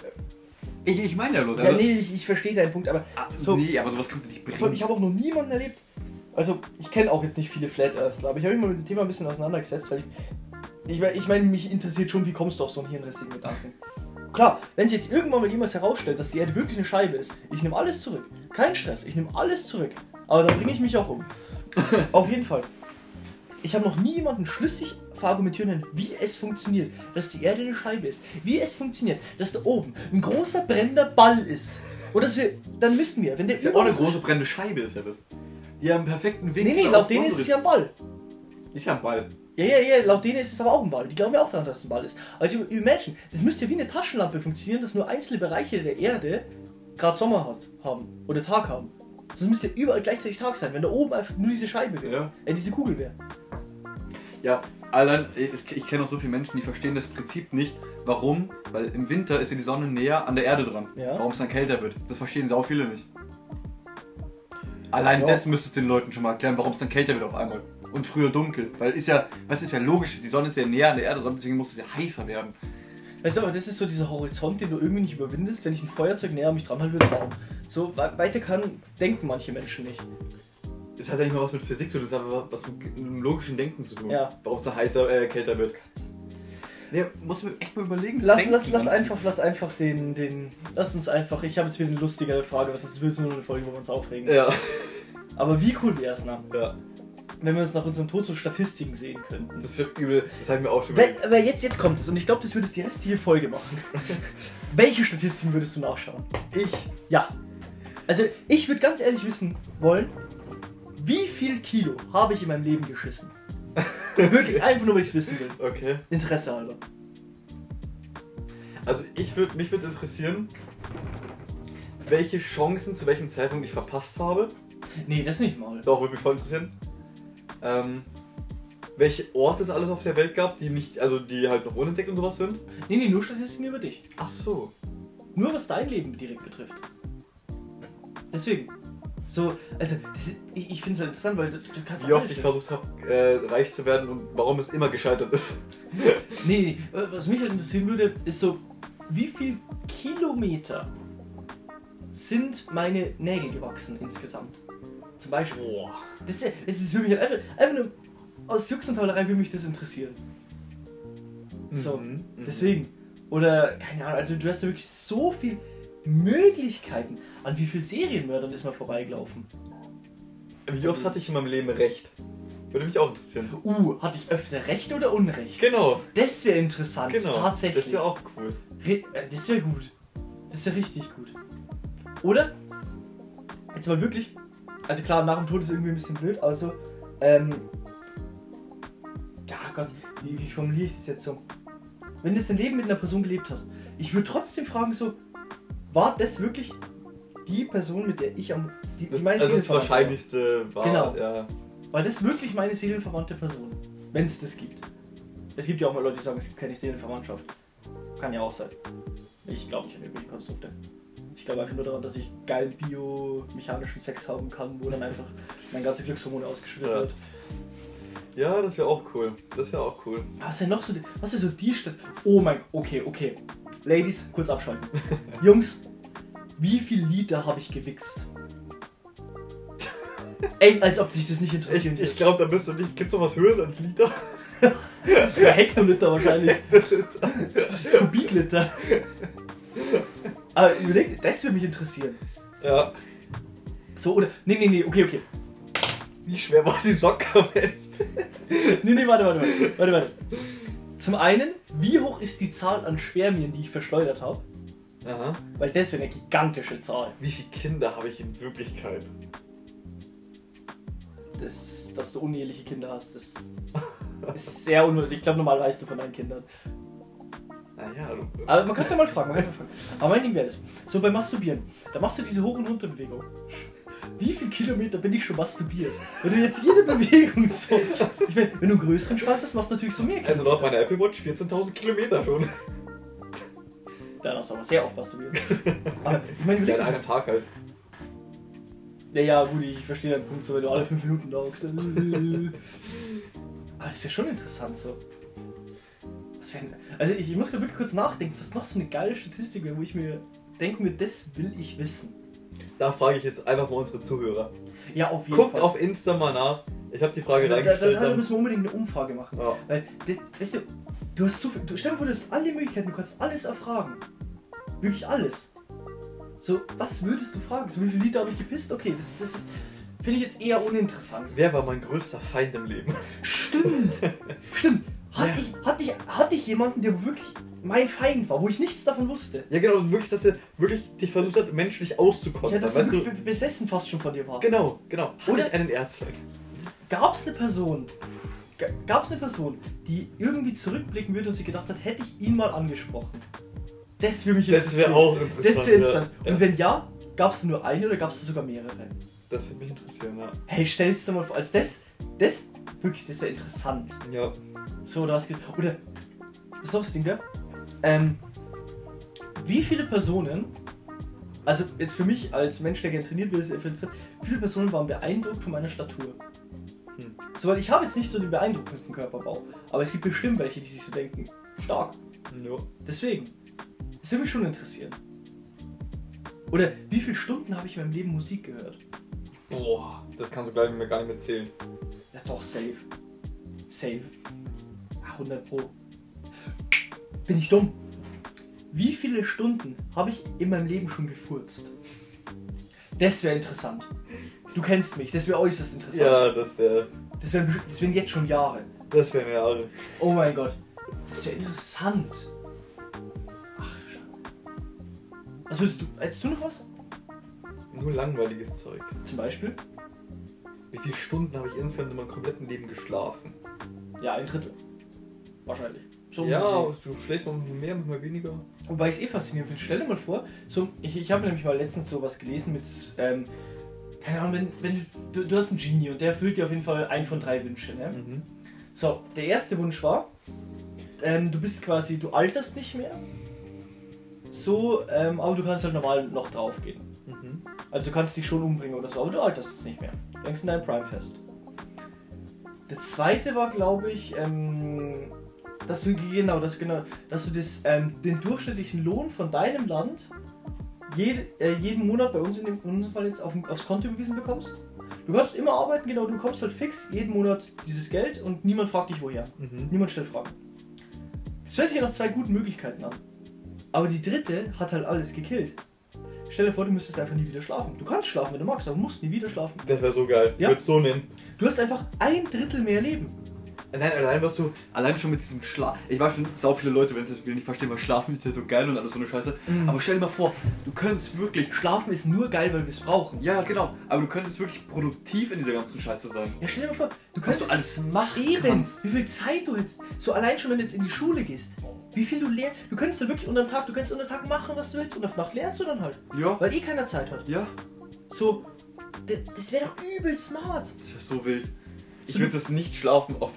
Speaker 2: Ich, ich meine ja, Leute.
Speaker 1: Ja,
Speaker 2: Also,
Speaker 1: nee, ich, ich verstehe deinen Punkt, aber
Speaker 2: ah,
Speaker 1: so-
Speaker 2: nee, aber sowas kannst du nicht
Speaker 1: ich,
Speaker 2: bringen.
Speaker 1: ich habe auch noch niemanden erlebt. Also, ich kenne auch jetzt nicht viele Flat Earthler, aber ich habe mich mal mit dem Thema ein bisschen auseinandergesetzt, weil ich. Ich, mein- ich meine, mich interessiert schon, wie kommst du auf so einen hirnrissigen Gedanken? Klar, wenn sich jetzt irgendwann mal jemals herausstellt, dass die Erde wirklich eine Scheibe ist, ich nehme alles zurück. Kein Stress, ich nehme alles zurück. Aber dann bringe ich mich auch um. auf jeden Fall. Ich habe noch nie jemanden schlüssig verargumentieren können, wie es funktioniert, dass die Erde eine Scheibe ist, wie es funktioniert, dass da oben ein großer brennender Ball ist. Und dass wir, dann müssten wir, wenn der
Speaker 2: ist ja
Speaker 1: über
Speaker 2: auch eine
Speaker 1: uns-
Speaker 2: große brennende Scheibe, ist ja das. Die haben einen perfekten Winkel.
Speaker 1: Nee, nee,
Speaker 2: auf
Speaker 1: laut denen ist
Speaker 2: unsere-
Speaker 1: es ja ein Ball.
Speaker 2: Ist ja ein Ball.
Speaker 1: Ja, ja, ja, laut denen ist es aber auch ein Ball. Die glauben ja auch daran, dass es ein Ball ist. Also, imagine, das müsste wie eine Taschenlampe funktionieren, dass nur einzelne Bereiche der Erde gerade Sommer hat, haben oder Tag haben. Das müsste überall gleichzeitig Tag sein, wenn da oben einfach nur diese Scheibe wäre.
Speaker 2: Ja.
Speaker 1: Äh, diese Kugel wäre.
Speaker 2: Ja, allein, ich, ich kenne auch so viele Menschen, die verstehen das Prinzip nicht. Warum? Weil im Winter ist ja die Sonne näher an der Erde dran.
Speaker 1: Ja.
Speaker 2: Warum es dann kälter wird. Das verstehen sau viele nicht. Allein
Speaker 1: Ja.
Speaker 2: das müsstest du den Leuten schon mal erklären, warum es dann kälter wird auf einmal. Und früher dunkel. Weil ist ja, was ist ja logisch, die Sonne ist ja näher an der Erde dran, deswegen muss es ja heißer werden.
Speaker 1: Weißt du, aber das ist so dieser Horizont, den du irgendwie nicht überwindest. Wenn ich ein Feuerzeug näher an mich dran halte, wird es warm. So we- weiter kann, denken manche Menschen nicht.
Speaker 2: Das hat ja nicht mal was mit Physik zu tun, das hat aber was mit, dem logischen Denken zu tun.
Speaker 1: Ja.
Speaker 2: Warum es dann heißer, äh, kälter wird. Nee, muss man echt mal überlegen. das
Speaker 1: Lass,
Speaker 2: Denken
Speaker 1: lass, lass
Speaker 2: dann.
Speaker 1: einfach, lass einfach den, den, lass uns einfach, ich habe jetzt wieder eine lustigere Frage, weil das wird nur eine Folge, wo wir uns aufregen.
Speaker 2: Ja,
Speaker 1: Aber wie cool wäre es, na?
Speaker 2: ja.
Speaker 1: wenn wir uns nach unserem Tod so Statistiken sehen könnten.
Speaker 2: Das wird übel, das haben wir auch schon
Speaker 1: Wel- Aber jetzt, jetzt kommt es und ich glaube, das würde es die restliche Folge machen. Welche Statistiken würdest du nachschauen?
Speaker 2: Ich
Speaker 1: Ja. Also ich würde ganz ehrlich wissen wollen, wie viel Kilo habe ich in meinem Leben geschissen? Wirklich, einfach nur, weil ich es wissen will.
Speaker 2: Okay.
Speaker 1: Interesse halber.
Speaker 2: Also ich würd, mich würde interessieren, welche Chancen zu welchem Zeitpunkt ich verpasst habe.
Speaker 1: Nee, das nicht mal.
Speaker 2: Doch, würde mich voll interessieren. Ähm, welche Orte es alles auf der Welt gab, die nicht, also die halt noch unentdeckt und sowas sind.
Speaker 1: Nee, nee, nur Statistiken über dich.
Speaker 2: Ach so.
Speaker 1: Nur was dein Leben direkt betrifft. Deswegen. So, also, das ist, ich, ich finde es halt interessant, weil du, du kannst
Speaker 2: Wie oft
Speaker 1: alles-
Speaker 2: ich versucht habe, äh, reich zu werden und warum es immer gescheitert ist.
Speaker 1: Nee, nee, äh, was mich halt interessieren würde, ist so, wie viel Kilometer sind meine Nägel gewachsen insgesamt? Zum Beispiel.
Speaker 2: Boah.
Speaker 1: Das ist, ja- das ist für mich halt einfach, einfach nur aus Jux und Tollerei würde mich das interessieren. So,
Speaker 2: Mhm, mhm.
Speaker 1: deswegen. Oder, keine Ahnung, also du hast ja wirklich so viel Möglichkeiten. An wie vielen Serienmördern ist man vorbeigelaufen?
Speaker 2: Wie oft hatte ich in meinem Leben recht? Würde mich auch interessieren.
Speaker 1: Uh, hatte ich öfter Recht oder Unrecht?
Speaker 2: Genau,
Speaker 1: Das wäre interessant,
Speaker 2: genau.
Speaker 1: tatsächlich.
Speaker 2: Das wäre auch cool.
Speaker 1: Re äh, das wäre gut. Das wäre richtig gut. Oder? Jetzt mal wirklich. Also klar, nach dem Tod ist irgendwie ein bisschen blöd, aber so. Ähm, ja, Gott, wie, wie formuliere ich das jetzt so? Wenn du jetzt dein Leben mit einer Person gelebt hast, ich würde trotzdem fragen, so, war das wirklich die Person, mit der ich am. Die,
Speaker 2: Das,
Speaker 1: meine
Speaker 2: also das
Speaker 1: Seelenverwandte war?
Speaker 2: Wahrscheinlichste war.
Speaker 1: Genau.
Speaker 2: Ja.
Speaker 1: War das wirklich meine seelenverwandte Person? Wenn es das gibt. Es gibt ja auch mal Leute, die sagen, es gibt keine Seelenverwandtschaft. Kann ja auch sein. Ich glaube nicht an irgendwelche Konstrukte. Ich glaube einfach nur daran, dass ich geil biomechanischen Sex haben kann, wo dann einfach mein ganze Glückshormon ausgeschüttet
Speaker 2: Ja.
Speaker 1: wird.
Speaker 2: ja, das wäre auch cool. Das wäre auch cool.
Speaker 1: Was ist denn noch so die, was ist so die Stadt? Oh mein okay, okay. Ladies, kurz abschalten. Jungs, wie viel Liter habe ich gewichst? Echt, als ob dich das nicht
Speaker 2: Ich,
Speaker 1: interessieren
Speaker 2: ich
Speaker 1: würde.
Speaker 2: glaube, da bist du nicht. Gibt's noch was Höheres als Liter?
Speaker 1: Hektoliter wahrscheinlich. Kubikliter. Aber überleg, das würde mich interessieren.
Speaker 2: ja.
Speaker 1: So, oder. Nee, nee, nee, okay, okay.
Speaker 2: Wie schwer war die Socke am Ende?
Speaker 1: Nee, nee, warte, warte, warte. warte, warte. Zum einen, wie hoch ist die Zahl an Spermien, die ich verschleudert habe?
Speaker 2: Aha.
Speaker 1: Weil das wäre eine gigantische Zahl.
Speaker 2: Wie viele Kinder habe ich in Wirklichkeit?
Speaker 1: Das, dass du uneheliche Kinder hast, das ist sehr unnötig. Ich glaube, normal weißt du von deinen Kindern.
Speaker 2: Naja, du.
Speaker 1: Aber man kann es ja mal fragen, man kann's ja mal fragen. Aber mein Ding wäre das. So beim Masturbieren, da machst du diese Hoch- und Runterbewegung. Wie viele Kilometer bin ich schon masturbiert? Wenn du jetzt jede Bewegung so. Ich meine, wenn du einen größeren Schwanz hast, machst du natürlich so mehr
Speaker 2: Also laut meiner Apple Watch 14.000 Kilometer schon.
Speaker 1: Da darfst du aber sehr oft masturbieren. Aber ich meine,
Speaker 2: Ja,
Speaker 1: überleg
Speaker 2: an
Speaker 1: ja,
Speaker 2: einem Tag halt.
Speaker 1: ja, ja, gut, ich verstehe deinen Punkt, so wenn du alle fünf Minuten da hockst. Aber das wäre schon interessant so. Was wär, denn- also ich, ich muss gerade wirklich kurz nachdenken, was noch so eine geile Statistik wäre, wo ich mir denken würde, das will ich wissen.
Speaker 2: Da frage ich jetzt einfach mal unsere Zuhörer.
Speaker 1: Ja, auf jeden
Speaker 2: Guckt
Speaker 1: Fall.
Speaker 2: auf Insta mal nach. Ich habe die Frage
Speaker 1: da, da, da,
Speaker 2: reingestellt.
Speaker 1: da
Speaker 2: Dann. Ah.
Speaker 1: müssen wir unbedingt eine Umfrage machen.
Speaker 2: Ja.
Speaker 1: Weil, das, weißt du, du hast so viel. Du, stell dir vor, du hast alle Möglichkeiten, du kannst alles erfragen. Wirklich alles. So, was würdest du fragen? So, wie viel Liter habe ich gepisst? Okay, das, das ist. Finde ich jetzt eher uninteressant.
Speaker 2: Wer war mein größter Feind im Leben?
Speaker 1: Stimmt! Stimmt! Hatte,
Speaker 2: Ja.
Speaker 1: ich, hatte, ich, hatte ich jemanden, der wirklich mein Feind war, wo ich nichts davon wusste?
Speaker 2: Ja genau, also wirklich, dass er wirklich dich versucht hat, menschlich
Speaker 1: Ich hatte
Speaker 2: auszukotzen.
Speaker 1: das
Speaker 2: weißt
Speaker 1: wirklich
Speaker 2: du?
Speaker 1: be- besessen fast schon von dir war.
Speaker 2: Genau, genau. Hatte
Speaker 1: Oder-
Speaker 2: ich einen Erzfeind.
Speaker 1: Gab es eine Person, gab es eine Person, die irgendwie zurückblicken würde und sich gedacht hat, hätte ich ihn mal angesprochen? Das würde mich
Speaker 2: Das wäre auch interessant.
Speaker 1: Das wäre interessant.
Speaker 2: Ja.
Speaker 1: Und wenn ja, gab es nur eine oder gab es sogar mehrere?
Speaker 2: das würde mich interessieren, ja.
Speaker 1: Hey, stell's dir mal vor, als das, das, wirklich, das wäre interessant.
Speaker 2: Ja.
Speaker 1: So, oder was geht. Oder, ist noch das Ding, gell? Ähm, wie viele Personen, also jetzt für mich als Mensch, der gerne trainiert wird, ist es interessant, wie viele Personen waren beeindruckt von meiner Statur?
Speaker 2: Hm.
Speaker 1: So, weil ich habe jetzt nicht so den beeindruckendsten Körperbau, aber es gibt bestimmt welche, die sich so denken, stark.
Speaker 2: ja.
Speaker 1: Deswegen, das würde mich schon interessieren. Oder wie viele Stunden habe ich in meinem Leben Musik gehört?
Speaker 2: Boah, das kannst du gleich mir gar nicht mehr zählen.
Speaker 1: Ja, doch, safe. Safe. Ah, 100 Pro. Bin ich dumm? Wie viele Stunden habe ich in meinem Leben schon gefurzt? Das wäre interessant. Du kennst mich, das wäre äußerst interessant.
Speaker 2: Ja, das wäre.
Speaker 1: Das wären bestimmt- das wären jetzt schon Jahre.
Speaker 2: Das wären Jahre.
Speaker 1: Oh mein Gott. Das wäre interessant. Ach, du Schande. Was willst du? Hättest du noch was?
Speaker 2: Nur langweiliges Zeug.
Speaker 1: Zum Beispiel?
Speaker 2: Wie viele Stunden habe ich insgesamt in meinem kompletten Leben geschlafen?
Speaker 1: Ja, ein Drittel. Wahrscheinlich. So um
Speaker 2: Ja, du schläfst mal mehr, mal weniger.
Speaker 1: Wobei ich es eh faszinierend finde. Stell dir mal vor, so, ich, ich habe nämlich mal letztens sowas gelesen mit, ähm, keine Ahnung, wenn, wenn du, du, du hast einen Genie und der erfüllt dir auf jeden Fall einen von drei Wünschen.
Speaker 2: Mhm.
Speaker 1: Ne? So, der erste Wunsch war, ähm, du bist quasi, du alterst nicht mehr. So, ähm, aber du kannst halt normal noch draufgehen.
Speaker 2: Mhm.
Speaker 1: Also du kannst dich schon umbringen oder so, aber du alterst jetzt nicht mehr. Du hängst in deinem Prime fest. Der zweite war, glaube ich, ähm, dass du genau, dass genau, dass du das, ähm, den durchschnittlichen Lohn von deinem Land jed, äh, jeden Monat bei uns in dem in unserem Fall jetzt auf, aufs Konto überwiesen bekommst. Du kannst immer arbeiten, genau, du bekommst halt fix jeden Monat dieses Geld und niemand fragt dich woher.
Speaker 2: Mhm.
Speaker 1: Niemand stellt Fragen. Das hört sich ja nach zwei guten Möglichkeiten an. Aber die dritte hat halt alles gekillt. Stell dir vor, du müsstest einfach nie wieder schlafen. Du kannst schlafen, wenn du magst, aber du musst nie wieder schlafen.
Speaker 3: Das wäre so geil.
Speaker 1: Ja.
Speaker 3: Ja. Würde so nennen.
Speaker 1: Du hast einfach ein Drittel mehr Leben.
Speaker 2: Allein, allein was du, allein schon mit diesem Schlaf. Ich weiß schon, sau viele Leute, wenn sie das wieder nicht verstehen, weil Schlafen ist ja so geil und alles so eine Scheiße.
Speaker 1: Mhm.
Speaker 2: Aber stell dir mal vor, du könntest wirklich.
Speaker 1: Schlafen ist nur geil, weil wir es brauchen.
Speaker 2: Ja, genau. Aber du könntest wirklich produktiv in dieser ganzen Scheiße sein.
Speaker 1: Ja, stell dir mal vor, du
Speaker 2: Was
Speaker 1: kannst
Speaker 2: du alles machen
Speaker 1: Eben,
Speaker 2: kannst.
Speaker 1: wie viel Zeit du hättest. So allein schon, wenn du jetzt in die Schule gehst. Wie viel du lernst. Du kannst ja wirklich unter dem Tag, du kannst unter dem Tag machen, was du willst. Und auf Nacht lernst du dann halt.
Speaker 2: Ja.
Speaker 1: Weil eh keiner Zeit hat.
Speaker 2: Ja.
Speaker 1: So, d- das wäre doch übel smart.
Speaker 2: Das wäre so wild. Ich
Speaker 1: So
Speaker 2: würde das nicht schlafen auf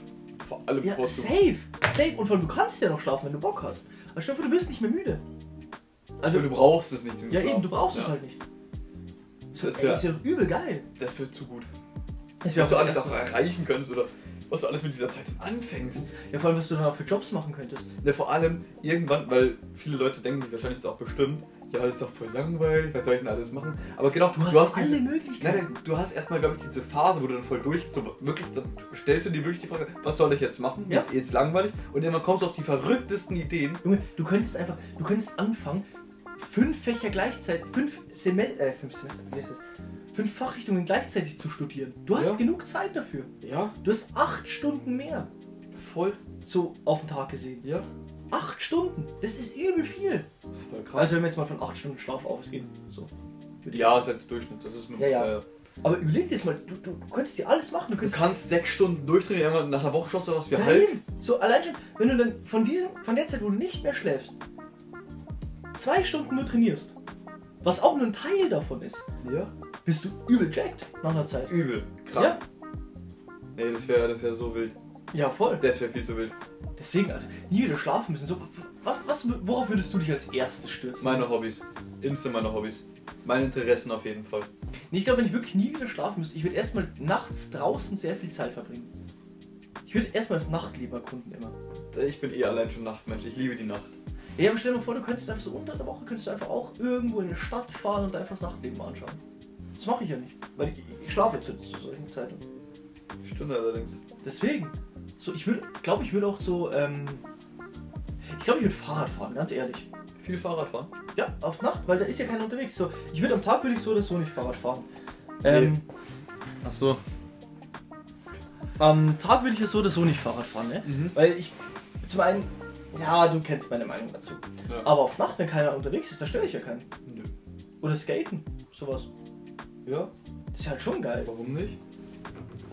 Speaker 2: vor allem
Speaker 1: Ja,
Speaker 2: bevorzugen.
Speaker 1: safe. Safe. Und vor allem, du kannst ja noch schlafen, wenn du Bock hast. Aber stell dir vor, du wirst nicht mehr müde.
Speaker 2: Also du brauchst es nicht. diesen
Speaker 1: Ja,
Speaker 2: Schlaf.
Speaker 1: eben, du brauchst es
Speaker 2: Ja.
Speaker 1: halt nicht. So,
Speaker 2: Das
Speaker 1: ey,
Speaker 2: wär-
Speaker 1: das ist ja doch übel geil.
Speaker 2: Das wird zu gut.
Speaker 1: Das wär
Speaker 2: Was du alles
Speaker 1: das
Speaker 2: auch erreichen kannst oder was du alles mit dieser Zeit anfängst.
Speaker 1: Ja, vor allem, was du dann auch für Jobs machen könntest.
Speaker 2: Ja, vor allem irgendwann, weil viele Leute denken sich wahrscheinlich auch bestimmt, ja, das ist doch voll langweilig, was soll ich denn alles machen? Aber genau,
Speaker 1: Du hast, alle
Speaker 2: diese. Nein,
Speaker 1: Möglichkeiten.
Speaker 2: nein, du hast erstmal, glaube ich, diese Phase, wo du dann voll durch, so wirklich, dann stellst du dir wirklich die Frage, was soll ich jetzt machen? Mir
Speaker 1: Ja.
Speaker 2: Ist eh jetzt langweilig. Und irgendwann kommst du auf die verrücktesten Ideen.
Speaker 1: Junge, du könntest einfach, du könntest anfangen, fünf Fächer gleichzeitig, fünf Semester, äh, fünf Semester, wie heißt das? Fünf Fachrichtungen gleichzeitig zu studieren. Du hast
Speaker 2: Ja.
Speaker 1: genug Zeit dafür.
Speaker 2: Ja,
Speaker 1: Du hast acht Stunden mehr.
Speaker 2: voll,
Speaker 1: So auf den Tag gesehen.
Speaker 2: ja.
Speaker 1: Acht Stunden! Das ist übel viel.
Speaker 2: Das ist voll krass.
Speaker 1: Also wenn wir jetzt mal von acht Stunden Schlaf ausgehen. So. Würde ich
Speaker 2: ja,
Speaker 1: jetzt-
Speaker 2: ist halt der Durchschnitt. Das ist nur,
Speaker 1: Ja, ja.
Speaker 2: äh,
Speaker 1: Aber überleg dir jetzt mal, du, du, du könntest dir alles machen. Du
Speaker 2: du
Speaker 1: könntest
Speaker 2: kannst sechs Stunden durchtrainieren, irgendwann nach einer Woche schaust du aus wie
Speaker 1: Ja,
Speaker 2: halb.
Speaker 1: eben. So allein schon, wenn du dann von diesem, von der Zeit, wo du nicht mehr schläfst, zwei Stunden nur trainierst, was auch nur ein Teil davon ist,
Speaker 2: Ja,
Speaker 1: bist du übel jacked nach einer Zeit.
Speaker 2: übel, krank. Nee, das wäre das wär so wild.
Speaker 1: Ja, voll.
Speaker 2: Das wäre viel zu wild.
Speaker 1: Deswegen, also nie wieder schlafen müssen. So, was, was, worauf würdest du dich als erstes stürzen?
Speaker 2: Meine Hobbys. Instant meine Hobbys. Meine Interessen auf jeden Fall.
Speaker 1: Nee, ich glaube, wenn ich wirklich nie wieder schlafen müsste, ich würde erstmal nachts draußen sehr viel Zeit verbringen. Ich würde erstmal das Nachtleben erkunden immer.
Speaker 2: Ich bin eh allein schon Nachtmensch. Ich liebe die Nacht.
Speaker 1: Ja, aber stell dir mal vor, du könntest einfach so unter der Woche könntest du einfach auch irgendwo in eine Stadt fahren und einfach das Nachtleben anschauen. Das mache ich ja nicht, weil ich, ich schlafe jetzt zu, zu solchen Zeiten.
Speaker 2: Stunde allerdings.
Speaker 1: Deswegen. So, ich würde, glaube ich, würde auch so, ähm, ich glaube, ich würde Fahrrad fahren, ganz ehrlich.
Speaker 2: Viel Fahrradfahren.
Speaker 1: Ja, auf Nacht, weil da ist ja keiner unterwegs. So, ich würde am Tag würde ich so oder so nicht Fahrrad fahren. Ähm,
Speaker 2: Ach so.
Speaker 1: Am Tag würde ich ja so oder so nicht Fahrrad fahren, ne?
Speaker 2: Mhm.
Speaker 1: Weil ich, zum einen, ja, du kennst meine Meinung dazu.
Speaker 2: Ja.
Speaker 1: Aber auf Nacht, wenn keiner unterwegs ist, da störe ich ja keinen.
Speaker 2: Nö.
Speaker 1: Oder skaten, sowas.
Speaker 2: Ja,
Speaker 1: Das ist halt schon geil.
Speaker 2: warum nicht?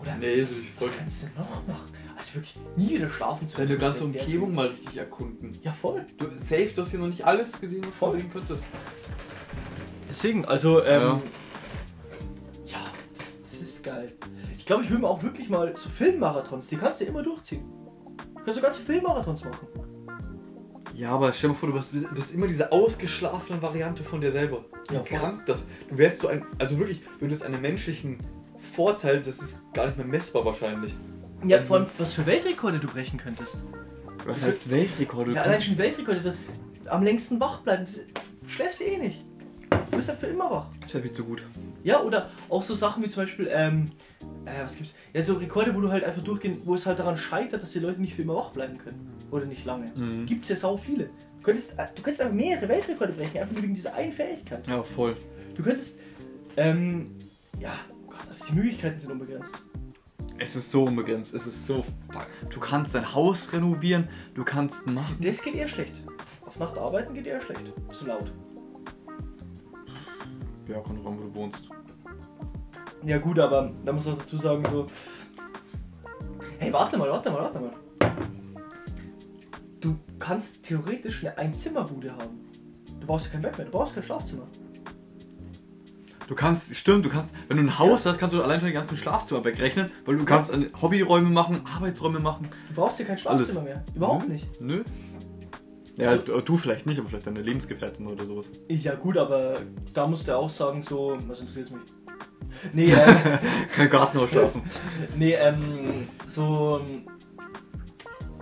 Speaker 1: Oder
Speaker 2: Nee,
Speaker 1: was,
Speaker 2: das ist voll-
Speaker 1: was kannst du denn noch machen? Also wirklich nie wieder schlafen zu
Speaker 2: Deine
Speaker 1: müssen,
Speaker 2: ganze
Speaker 1: das wär-
Speaker 2: Umgebung mal richtig erkunden.
Speaker 1: Ja, voll.
Speaker 2: Du, safe, du hast hier noch nicht alles gesehen, was
Speaker 1: Voll.
Speaker 2: du sehen könntest.
Speaker 1: Deswegen, also, ähm,
Speaker 2: Ja.
Speaker 1: ja, das, das ist geil. Ich glaube, ich will mir auch wirklich mal so Filmmarathons, die kannst du ja immer durchziehen. Du kannst so ganze Filmmarathons machen.
Speaker 2: Ja, aber stell dir mal vor, du bist, bist immer diese ausgeschlafene Variante von dir selber. Wie
Speaker 1: Ja, voll.
Speaker 2: krank das. Du wärst so ein, also wirklich, du hättest einen menschlichen Vorteil, das ist gar nicht mehr messbar wahrscheinlich.
Speaker 1: Ja,
Speaker 2: Mhm.
Speaker 1: vor allem, was für Weltrekorde du brechen könntest.
Speaker 2: Was heißt Weltrekord?
Speaker 1: ja, allein schon Weltrekorde, das, am längsten wach bleiben, das, du schläfst eh nicht. Du bist ja für immer wach.
Speaker 2: Das wäre viel zu gut.
Speaker 1: Ja, oder auch so Sachen wie zum Beispiel, ähm, äh, was gibt's? Ja, so Rekorde, wo du halt einfach durchgehen, wo es halt daran scheitert, dass die Leute nicht für immer wach bleiben können. Oder nicht lange.
Speaker 2: Mhm.
Speaker 1: Gibt's ja sau viele. Du könntest, äh, du könntest einfach mehrere Weltrekorde brechen, einfach nur wegen dieser einen Fähigkeit.
Speaker 2: Ja, voll.
Speaker 1: Du könntest, ähm, ja, Gott, also die Möglichkeiten sind unbegrenzt.
Speaker 2: Es ist so unbegrenzt, es ist so. Du kannst dein Haus renovieren, du kannst machen.
Speaker 1: Das geht eher schlecht. Auf Nacht arbeiten geht eher schlecht. Zu laut.
Speaker 2: Ja, kommt drauf an, wo du wohnst.
Speaker 1: Ja gut, aber da muss man dazu sagen so. Hey, warte mal, warte mal, warte mal. Du kannst theoretisch eine Einzimmerbude haben. Du brauchst ja kein Bett mehr, du brauchst kein Schlafzimmer.
Speaker 2: Du kannst, stimmt, du kannst, wenn du ein Haus hast, kannst du allein schon die ganzen Schlafzimmer wegrechnen, weil du kannst an- Hobbyräume machen, Arbeitsräume machen.
Speaker 1: Du brauchst ja kein Schlafzimmer mehr. Überhaupt nicht.
Speaker 2: Nö. Also- Ja,
Speaker 1: So-
Speaker 2: du, du vielleicht nicht, aber vielleicht deine Lebensgefährtin oder sowas.
Speaker 1: Ja gut, aber da musst du ja auch sagen so, was interessiert mich? Nee, äh,
Speaker 2: Kein Gartenhaus schlafen.
Speaker 1: nee, ähm, so. ähm,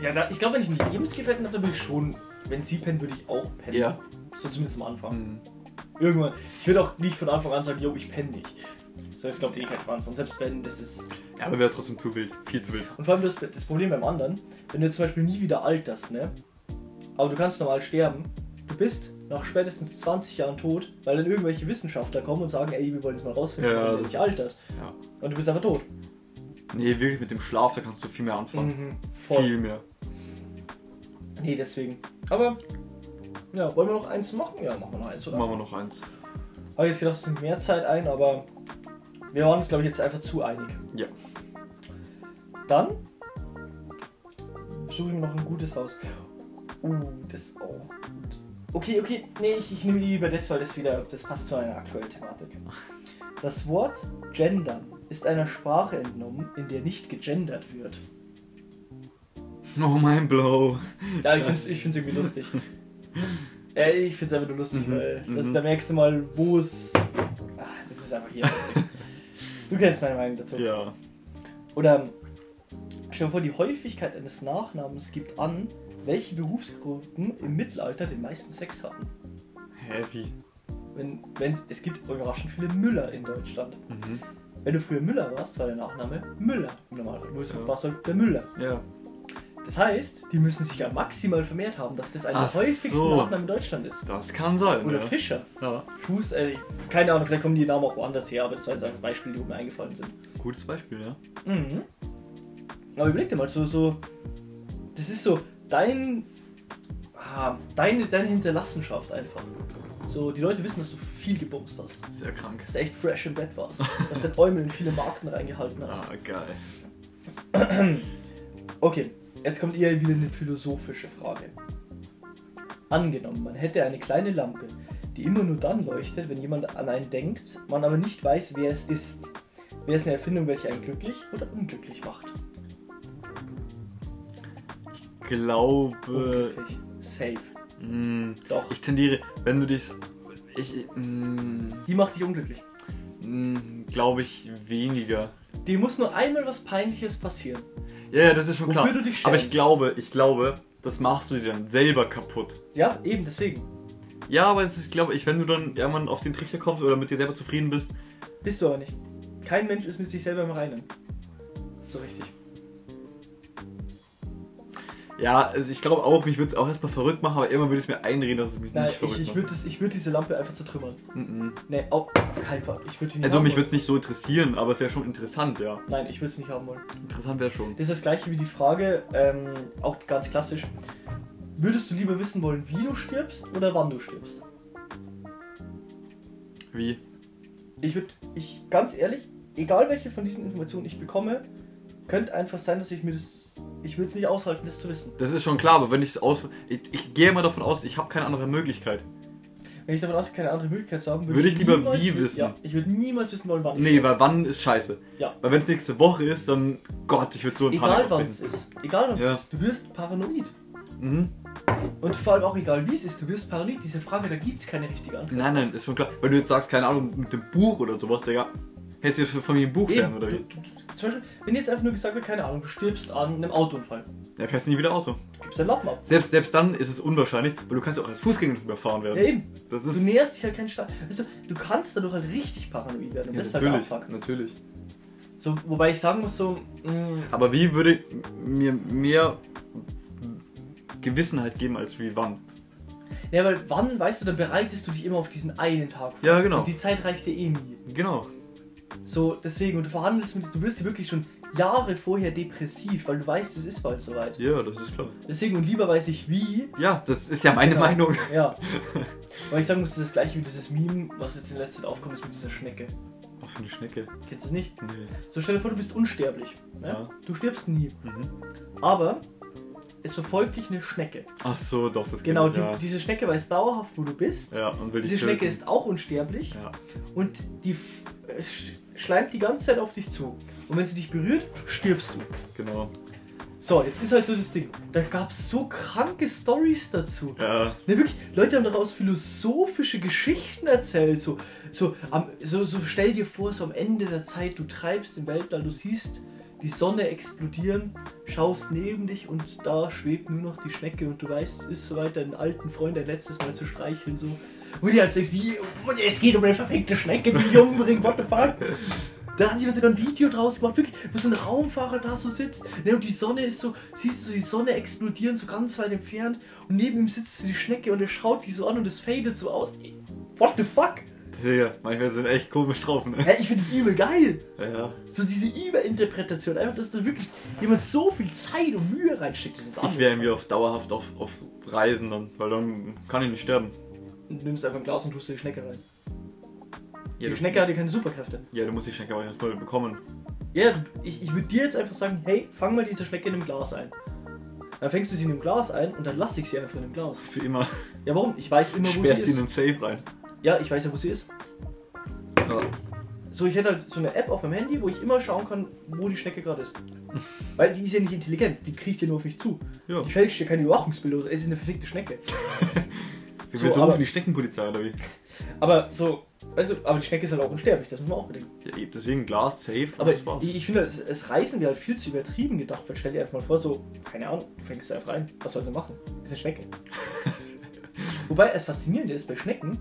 Speaker 1: Ja, da, ich glaube, wenn ich einen Lebensgefährten habe, dann würde ich schon, wenn sie pennt, würde ich auch pennen.
Speaker 2: Ja.
Speaker 1: So zumindest am Anfang.
Speaker 2: Mhm.
Speaker 1: Irgendwann, ich würde auch nicht von Anfang an sagen, yo, ich penne nicht. So, das glaubt eh kein Schwanz. Und selbst wenn, das ist.
Speaker 2: Ja, aber wäre trotzdem zu wild. Viel zu wild.
Speaker 1: Und vor allem das, das Problem beim anderen, wenn du jetzt zum Beispiel nie wieder alterst, ne? Aber du kannst normal sterben, du bist nach spätestens 20 Jahren tot, weil dann irgendwelche Wissenschaftler kommen und sagen, ey, wir wollen jetzt mal rausfinden,
Speaker 2: Ja,
Speaker 1: wann du
Speaker 2: das
Speaker 1: dich
Speaker 2: ist-
Speaker 1: altert.
Speaker 2: Ja.
Speaker 1: Und du bist einfach tot.
Speaker 2: Nee, wirklich mit dem Schlaf, da kannst du viel mehr anfangen.
Speaker 1: Mhm. Voll.
Speaker 2: Viel mehr.
Speaker 1: Nee, deswegen. Aber, ja, wollen wir noch eins machen? Ja, machen wir noch eins, oder?
Speaker 2: Machen wir noch eins.
Speaker 1: Habe ich jetzt gedacht, es nimmt mehr Zeit ein, aber wir waren uns, glaube ich, jetzt einfach zu einig.
Speaker 2: Ja.
Speaker 1: Dann suche ich mir noch ein gutes raus. Uh, das auch gut. Okay, okay, nee, ich, ich nehme lieber das, weil das wieder, das passt zu einer aktuellen Thematik. Das Wort gendern ist einer Sprache entnommen, in der nicht gegendert wird.
Speaker 2: Oh mein Blow.
Speaker 1: Ja, ich find's, ich find's irgendwie lustig. Äh, ich find's einfach nur lustig,
Speaker 2: Mhm,
Speaker 1: weil das,
Speaker 2: mhm.
Speaker 1: da merkst du mal, wo es. Ah, das ist einfach hier lustig. Du kennst meine Meinung dazu.
Speaker 2: Ja.
Speaker 1: Oder ähm, stell dir vor, die Häufigkeit eines Nachnamens gibt an, welche Berufsgruppen im Mittelalter den meisten Sex hatten.
Speaker 2: Heavy.
Speaker 1: Wenn, wenn, es gibt überraschend viele Müller in Deutschland.
Speaker 2: Mhm.
Speaker 1: Wenn du früher Müller warst, war der Nachname Müller. Im Normalfall. Nur
Speaker 2: Ja.
Speaker 1: warst du halt der Müller.
Speaker 2: Ja.
Speaker 1: Das heißt, die müssen sich ja maximal vermehrt haben, dass das einer der
Speaker 2: Ach
Speaker 1: häufigsten
Speaker 2: so.
Speaker 1: Nachnamen in Deutschland ist.
Speaker 2: Das kann sein.
Speaker 1: Oder
Speaker 2: ja.
Speaker 1: Fischer.
Speaker 2: Ja.
Speaker 1: Schuster, äh, keine Ahnung, vielleicht kommen die Namen auch woanders her, aber das war jetzt einfach Beispiele, die mir eingefallen sind.
Speaker 2: Gutes Beispiel, ja.
Speaker 1: Mhm. Aber überleg dir mal, so, so, das ist so dein, ah, deine, deine Hinterlassenschaft einfach. So, die Leute wissen, dass du viel gebumst hast,
Speaker 2: Sehr krank.
Speaker 1: dass du echt fresh im Bett warst, dass du Bäume in viele Marken reingehalten hast.
Speaker 2: Ah, geil.
Speaker 1: Okay, jetzt kommt eher wieder eine philosophische Frage. Angenommen, man hätte eine kleine Lampe, die immer nur dann leuchtet, wenn jemand an einen denkt, man aber nicht weiß, wer es ist. Wäre es eine Erfindung, welche einen glücklich oder unglücklich macht? Oh,
Speaker 2: Glaube.
Speaker 1: Unglücklich. Safe.
Speaker 2: Mh,
Speaker 1: Doch.
Speaker 2: ich tendiere, wenn du dich. Ich. Mh,
Speaker 1: Die macht dich unglücklich.
Speaker 2: mh, Glaube ich weniger.
Speaker 1: Die muss nur einmal was Peinliches passieren.
Speaker 2: Ja, ja, das ist schon
Speaker 1: Wofür
Speaker 2: klar.
Speaker 1: du dich
Speaker 2: Aber ich
Speaker 1: schämst.
Speaker 2: glaube, ich glaube, das machst du dir dann selber kaputt.
Speaker 1: Ja, eben deswegen.
Speaker 2: Ja, aber es ist, glaube ich, wenn du dann irgendwann auf den Trichter kommst oder mit dir selber zufrieden bist,
Speaker 1: Bist du aber nicht. Kein Mensch ist mit sich selber im Reinen. So richtig.
Speaker 2: ja, also ich glaube auch, mich würde es auch erstmal verrückt machen, aber irgendwann würde ich es mir einreden, dass es mich
Speaker 1: Nein,
Speaker 2: nicht verrückt ne?
Speaker 1: ich, ich
Speaker 2: macht.
Speaker 1: würde würd diese Lampe einfach zertrümmern.
Speaker 2: Mhm.
Speaker 1: Nee, auf, auf keinen Fall. Ich würde die nicht
Speaker 2: Also
Speaker 1: haben
Speaker 2: mich
Speaker 1: wollen.
Speaker 2: würde es nicht so interessieren, aber es wäre schon interessant, ja.
Speaker 1: Nein, ich würde es nicht haben wollen.
Speaker 2: Interessant wäre schon.
Speaker 1: Das ist das gleiche wie die Frage, ähm, auch ganz klassisch. Würdest du lieber wissen wollen, wie du stirbst oder wann du stirbst?
Speaker 2: Wie?
Speaker 1: Ich würde, ich ganz ehrlich, egal welche von diesen Informationen ich bekomme, könnte einfach sein, dass ich mir das, ich würde es nicht aushalten, das zu wissen.
Speaker 2: Das ist schon klar, aber wenn ich es aus... Ich, ich gehe immer davon aus, ich habe keine andere Möglichkeit.
Speaker 1: Wenn ich davon ausgehe, keine andere Möglichkeit zu haben,
Speaker 2: Würde ich lieber
Speaker 1: niemals
Speaker 2: wie
Speaker 1: wi-
Speaker 2: wissen.
Speaker 1: Ja, ich würde niemals wissen wollen, wann ich
Speaker 2: Nee, weil wann ist scheiße.
Speaker 1: Ja.
Speaker 2: Weil wenn es nächste Woche ist, dann... Gott, ich würde so ein
Speaker 1: Egal wann es ist. Egal wann es
Speaker 2: Ja.
Speaker 1: ist. Du wirst paranoid.
Speaker 2: Mhm.
Speaker 1: Und vor allem auch egal wie es ist, du wirst paranoid. Diese Frage, da gibt es keine richtige Antwort.
Speaker 2: Nein, nein, ist schon klar. Wenn du jetzt sagst, keine Ahnung, mit dem Buch oder sowas, Digga. Hättest du jetzt von mir ein Buch lernen,
Speaker 1: Eben,
Speaker 2: oder
Speaker 1: du,
Speaker 2: wie?
Speaker 1: du, du, zum Beispiel, wenn jetzt einfach nur gesagt wird, keine Ahnung, du stirbst an einem Autounfall.
Speaker 2: Ja, fährst nie wieder Auto.
Speaker 1: Du gibst deinen Lappen ab.
Speaker 2: Selbst, selbst dann ist es unwahrscheinlich, weil du kannst ja auch als Fußgänger noch überfahren
Speaker 1: Ja,
Speaker 2: werden.
Speaker 1: eben.
Speaker 2: Das
Speaker 1: Du
Speaker 2: ist...
Speaker 1: näherst dich halt keinen Staat. Weißt du, du kannst dadurch halt richtig paranoid werden. Und
Speaker 2: Ja,
Speaker 1: das ist halt der
Speaker 2: natürlich,
Speaker 1: Abfuck.
Speaker 2: natürlich.
Speaker 1: So, wobei ich sagen muss, so, mm, mh,
Speaker 2: Aber wie würde mir mehr Gewissenheit geben als wie wann?
Speaker 1: ja, weil wann, weißt du, dann bereitest du dich immer auf diesen einen Tag vor.
Speaker 2: Ja, genau.
Speaker 1: Und die Zeit reicht dir eh nie.
Speaker 2: Genau.
Speaker 1: So, deswegen, und du verhandelst mit, du wirst dir wirklich schon Jahre vorher depressiv, weil du weißt, es ist bald soweit.
Speaker 2: Ja, das ist klar.
Speaker 1: Deswegen, und lieber weiß ich wie.
Speaker 2: Ja, das ist ja meine
Speaker 1: Genau.
Speaker 2: Meinung.
Speaker 1: Ja. Weil ich sagen muss, das ist das gleiche wie dieses Meme, was jetzt in letzter Zeit aufkommt, ist mit dieser Schnecke.
Speaker 2: Was für eine Schnecke.
Speaker 1: Kennst du das nicht?
Speaker 2: Nee.
Speaker 1: So, stell dir vor, du bist unsterblich. Ne?
Speaker 2: Ja.
Speaker 1: Du stirbst nie.
Speaker 2: Mhm.
Speaker 1: Aber es verfolgt dich eine Schnecke.
Speaker 2: Ach so, doch, das
Speaker 1: Genau,
Speaker 2: geht
Speaker 1: die,
Speaker 2: ja.
Speaker 1: diese Schnecke weiß dauerhaft, wo du bist.
Speaker 2: ja, und will
Speaker 1: Diese
Speaker 2: dich
Speaker 1: Schnecke
Speaker 2: töten.
Speaker 1: ist auch unsterblich
Speaker 2: Ja.
Speaker 1: und die f- äh, sch schleimt die ganze Zeit auf dich zu. Und wenn sie dich berührt, stirbst du.
Speaker 2: Genau.
Speaker 1: So, jetzt ist halt so das Ding. Da gab es so kranke Stories dazu.
Speaker 2: Ja.
Speaker 1: Ne, wirklich, Leute haben daraus philosophische Geschichten erzählt. So, so, am, so, so stell dir vor, so am Ende der Zeit, du treibst im Weltall, du siehst die Sonne explodieren, schaust neben dich und da schwebt nur noch die Schnecke und du weißt, es ist soweit, deinen alten Freund ein letztes Mal zu streicheln. oh So. Und du als denkst, die- es geht um eine verfickte Schnecke, die mich umbringt, what the fuck? Da hat jemand sogar ein Video draus gemacht, wirklich, wo so ein Raumfahrer da so sitzt. Ne, und die Sonne ist so, siehst du so die Sonne explodieren, so ganz weit entfernt. Und neben ihm sitzt so die Schnecke und er schaut die so an und es fadet so aus. Ey, What the fuck?
Speaker 2: Digga, manchmal sind echt komisch drauf, ne?
Speaker 1: Hä, ich finde das übel geil.
Speaker 2: Ja.
Speaker 1: So diese Überinterpretation, einfach, dass da wirklich jemand so viel Zeit und Mühe reinsteckt, das ist
Speaker 2: Ich wäre irgendwie auf dauerhaft auf, auf Reisen dann, weil dann kann ich nicht sterben.
Speaker 1: Du nimmst einfach ein Glas und tust dir die Schnecke rein.
Speaker 2: Ja,
Speaker 1: die
Speaker 2: du,
Speaker 1: Schnecke hat ja keine Superkräfte.
Speaker 2: ja, du musst die Schnecke aber erstmal bekommen.
Speaker 1: Ja, du- ich, ich würde dir jetzt einfach sagen, hey, fang mal diese Schnecke in einem Glas ein. Dann fängst du sie in einem Glas ein und dann lasse ich sie einfach in einem Glas.
Speaker 2: Für immer.
Speaker 1: Ja, warum? Ich weiß immer, wo
Speaker 2: Sperrst
Speaker 1: sie
Speaker 2: sie in
Speaker 1: ist.
Speaker 2: den Safe rein.
Speaker 1: Ja, ich weiß ja, wo sie ist.
Speaker 2: Ja.
Speaker 1: So, ich hätte halt so eine App auf meinem Handy, wo ich immer schauen kann, wo die Schnecke gerade ist. Weil die ist ja nicht intelligent, die kriecht ja nur auf mich zu.
Speaker 2: Ja.
Speaker 1: Die fälscht ja keine Überwachungsbilder, es ist eine verfickte Schnecke.
Speaker 2: Wir
Speaker 1: So,
Speaker 2: so,
Speaker 1: aber-
Speaker 2: rufen die Schneckenpolizei oder wie?
Speaker 1: Aber so, weißt du, aber die Schnecke ist halt auch unsterblich, das muss man auch bedenken.
Speaker 2: Ja, eben, deswegen Glas, Safe.
Speaker 1: Aber
Speaker 2: das war's.
Speaker 1: ich, ich finde, es, es reißen wir halt viel zu übertrieben gedacht, weil stell dir einfach mal vor, so, keine Ahnung, du fängst da einfach rein, was soll sie machen? Ist eine Schnecke. Wobei, das Faszinierende ist bei Schnecken,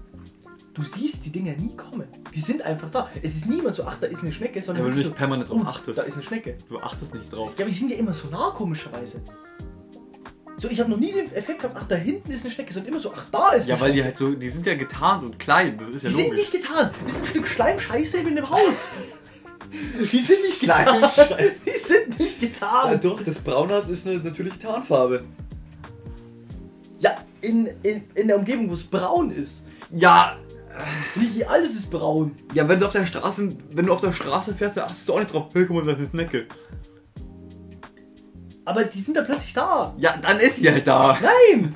Speaker 1: du siehst die Dinger nie kommen. Die sind einfach da. Es ist niemand so, ach, da ist eine Schnecke,
Speaker 2: ja,
Speaker 1: sondern
Speaker 2: weil du
Speaker 1: wirklich
Speaker 2: nicht permanent drauf
Speaker 1: oh,
Speaker 2: achtest.
Speaker 1: Da ist eine Schnecke.
Speaker 2: Du achtest nicht drauf.
Speaker 1: Ja, aber die sind ja immer so nah, komischerweise. So, ich habe noch nie den Effekt gehabt, ach, da hinten ist eine Schnecke, sondern immer so, ach, da ist
Speaker 2: Ja,
Speaker 1: eine
Speaker 2: weil die
Speaker 1: Schnecke.
Speaker 2: halt so, die sind ja getarnt und klein, das ist ja
Speaker 1: Die sind
Speaker 2: logisch.
Speaker 1: nicht getan. Das ist ein Stück Schleimscheiße in dem Haus. Die sind nicht getan.
Speaker 4: Schleimscheiße.
Speaker 1: Die sind nicht
Speaker 4: Ah,
Speaker 1: getan.
Speaker 4: doch, das Braunhaar ist eine natürliche Tarnfarbe.
Speaker 1: Ja, in, in, in der Umgebung, wo es braun ist.
Speaker 2: Ja,
Speaker 1: Nicht hier alles ist braun.
Speaker 2: ja, wenn du auf der Straße, wenn du auf der Straße fährst, dann achtest du auch nicht drauf. Hey, guck mal, das ist eine Schnecke.
Speaker 1: Aber die sind da plötzlich da.
Speaker 2: Ja, dann ist sie halt da.
Speaker 1: Nein!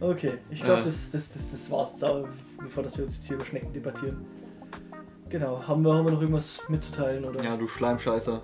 Speaker 1: Okay, ich glaube,
Speaker 2: Äh.
Speaker 1: das, das, das, das war's jetzt, aber bevor dass wir uns jetzt hier über Schnecken debattieren. Genau, haben wir, haben wir noch irgendwas mitzuteilen? Oder?
Speaker 2: Ja, du Schleimscheißer.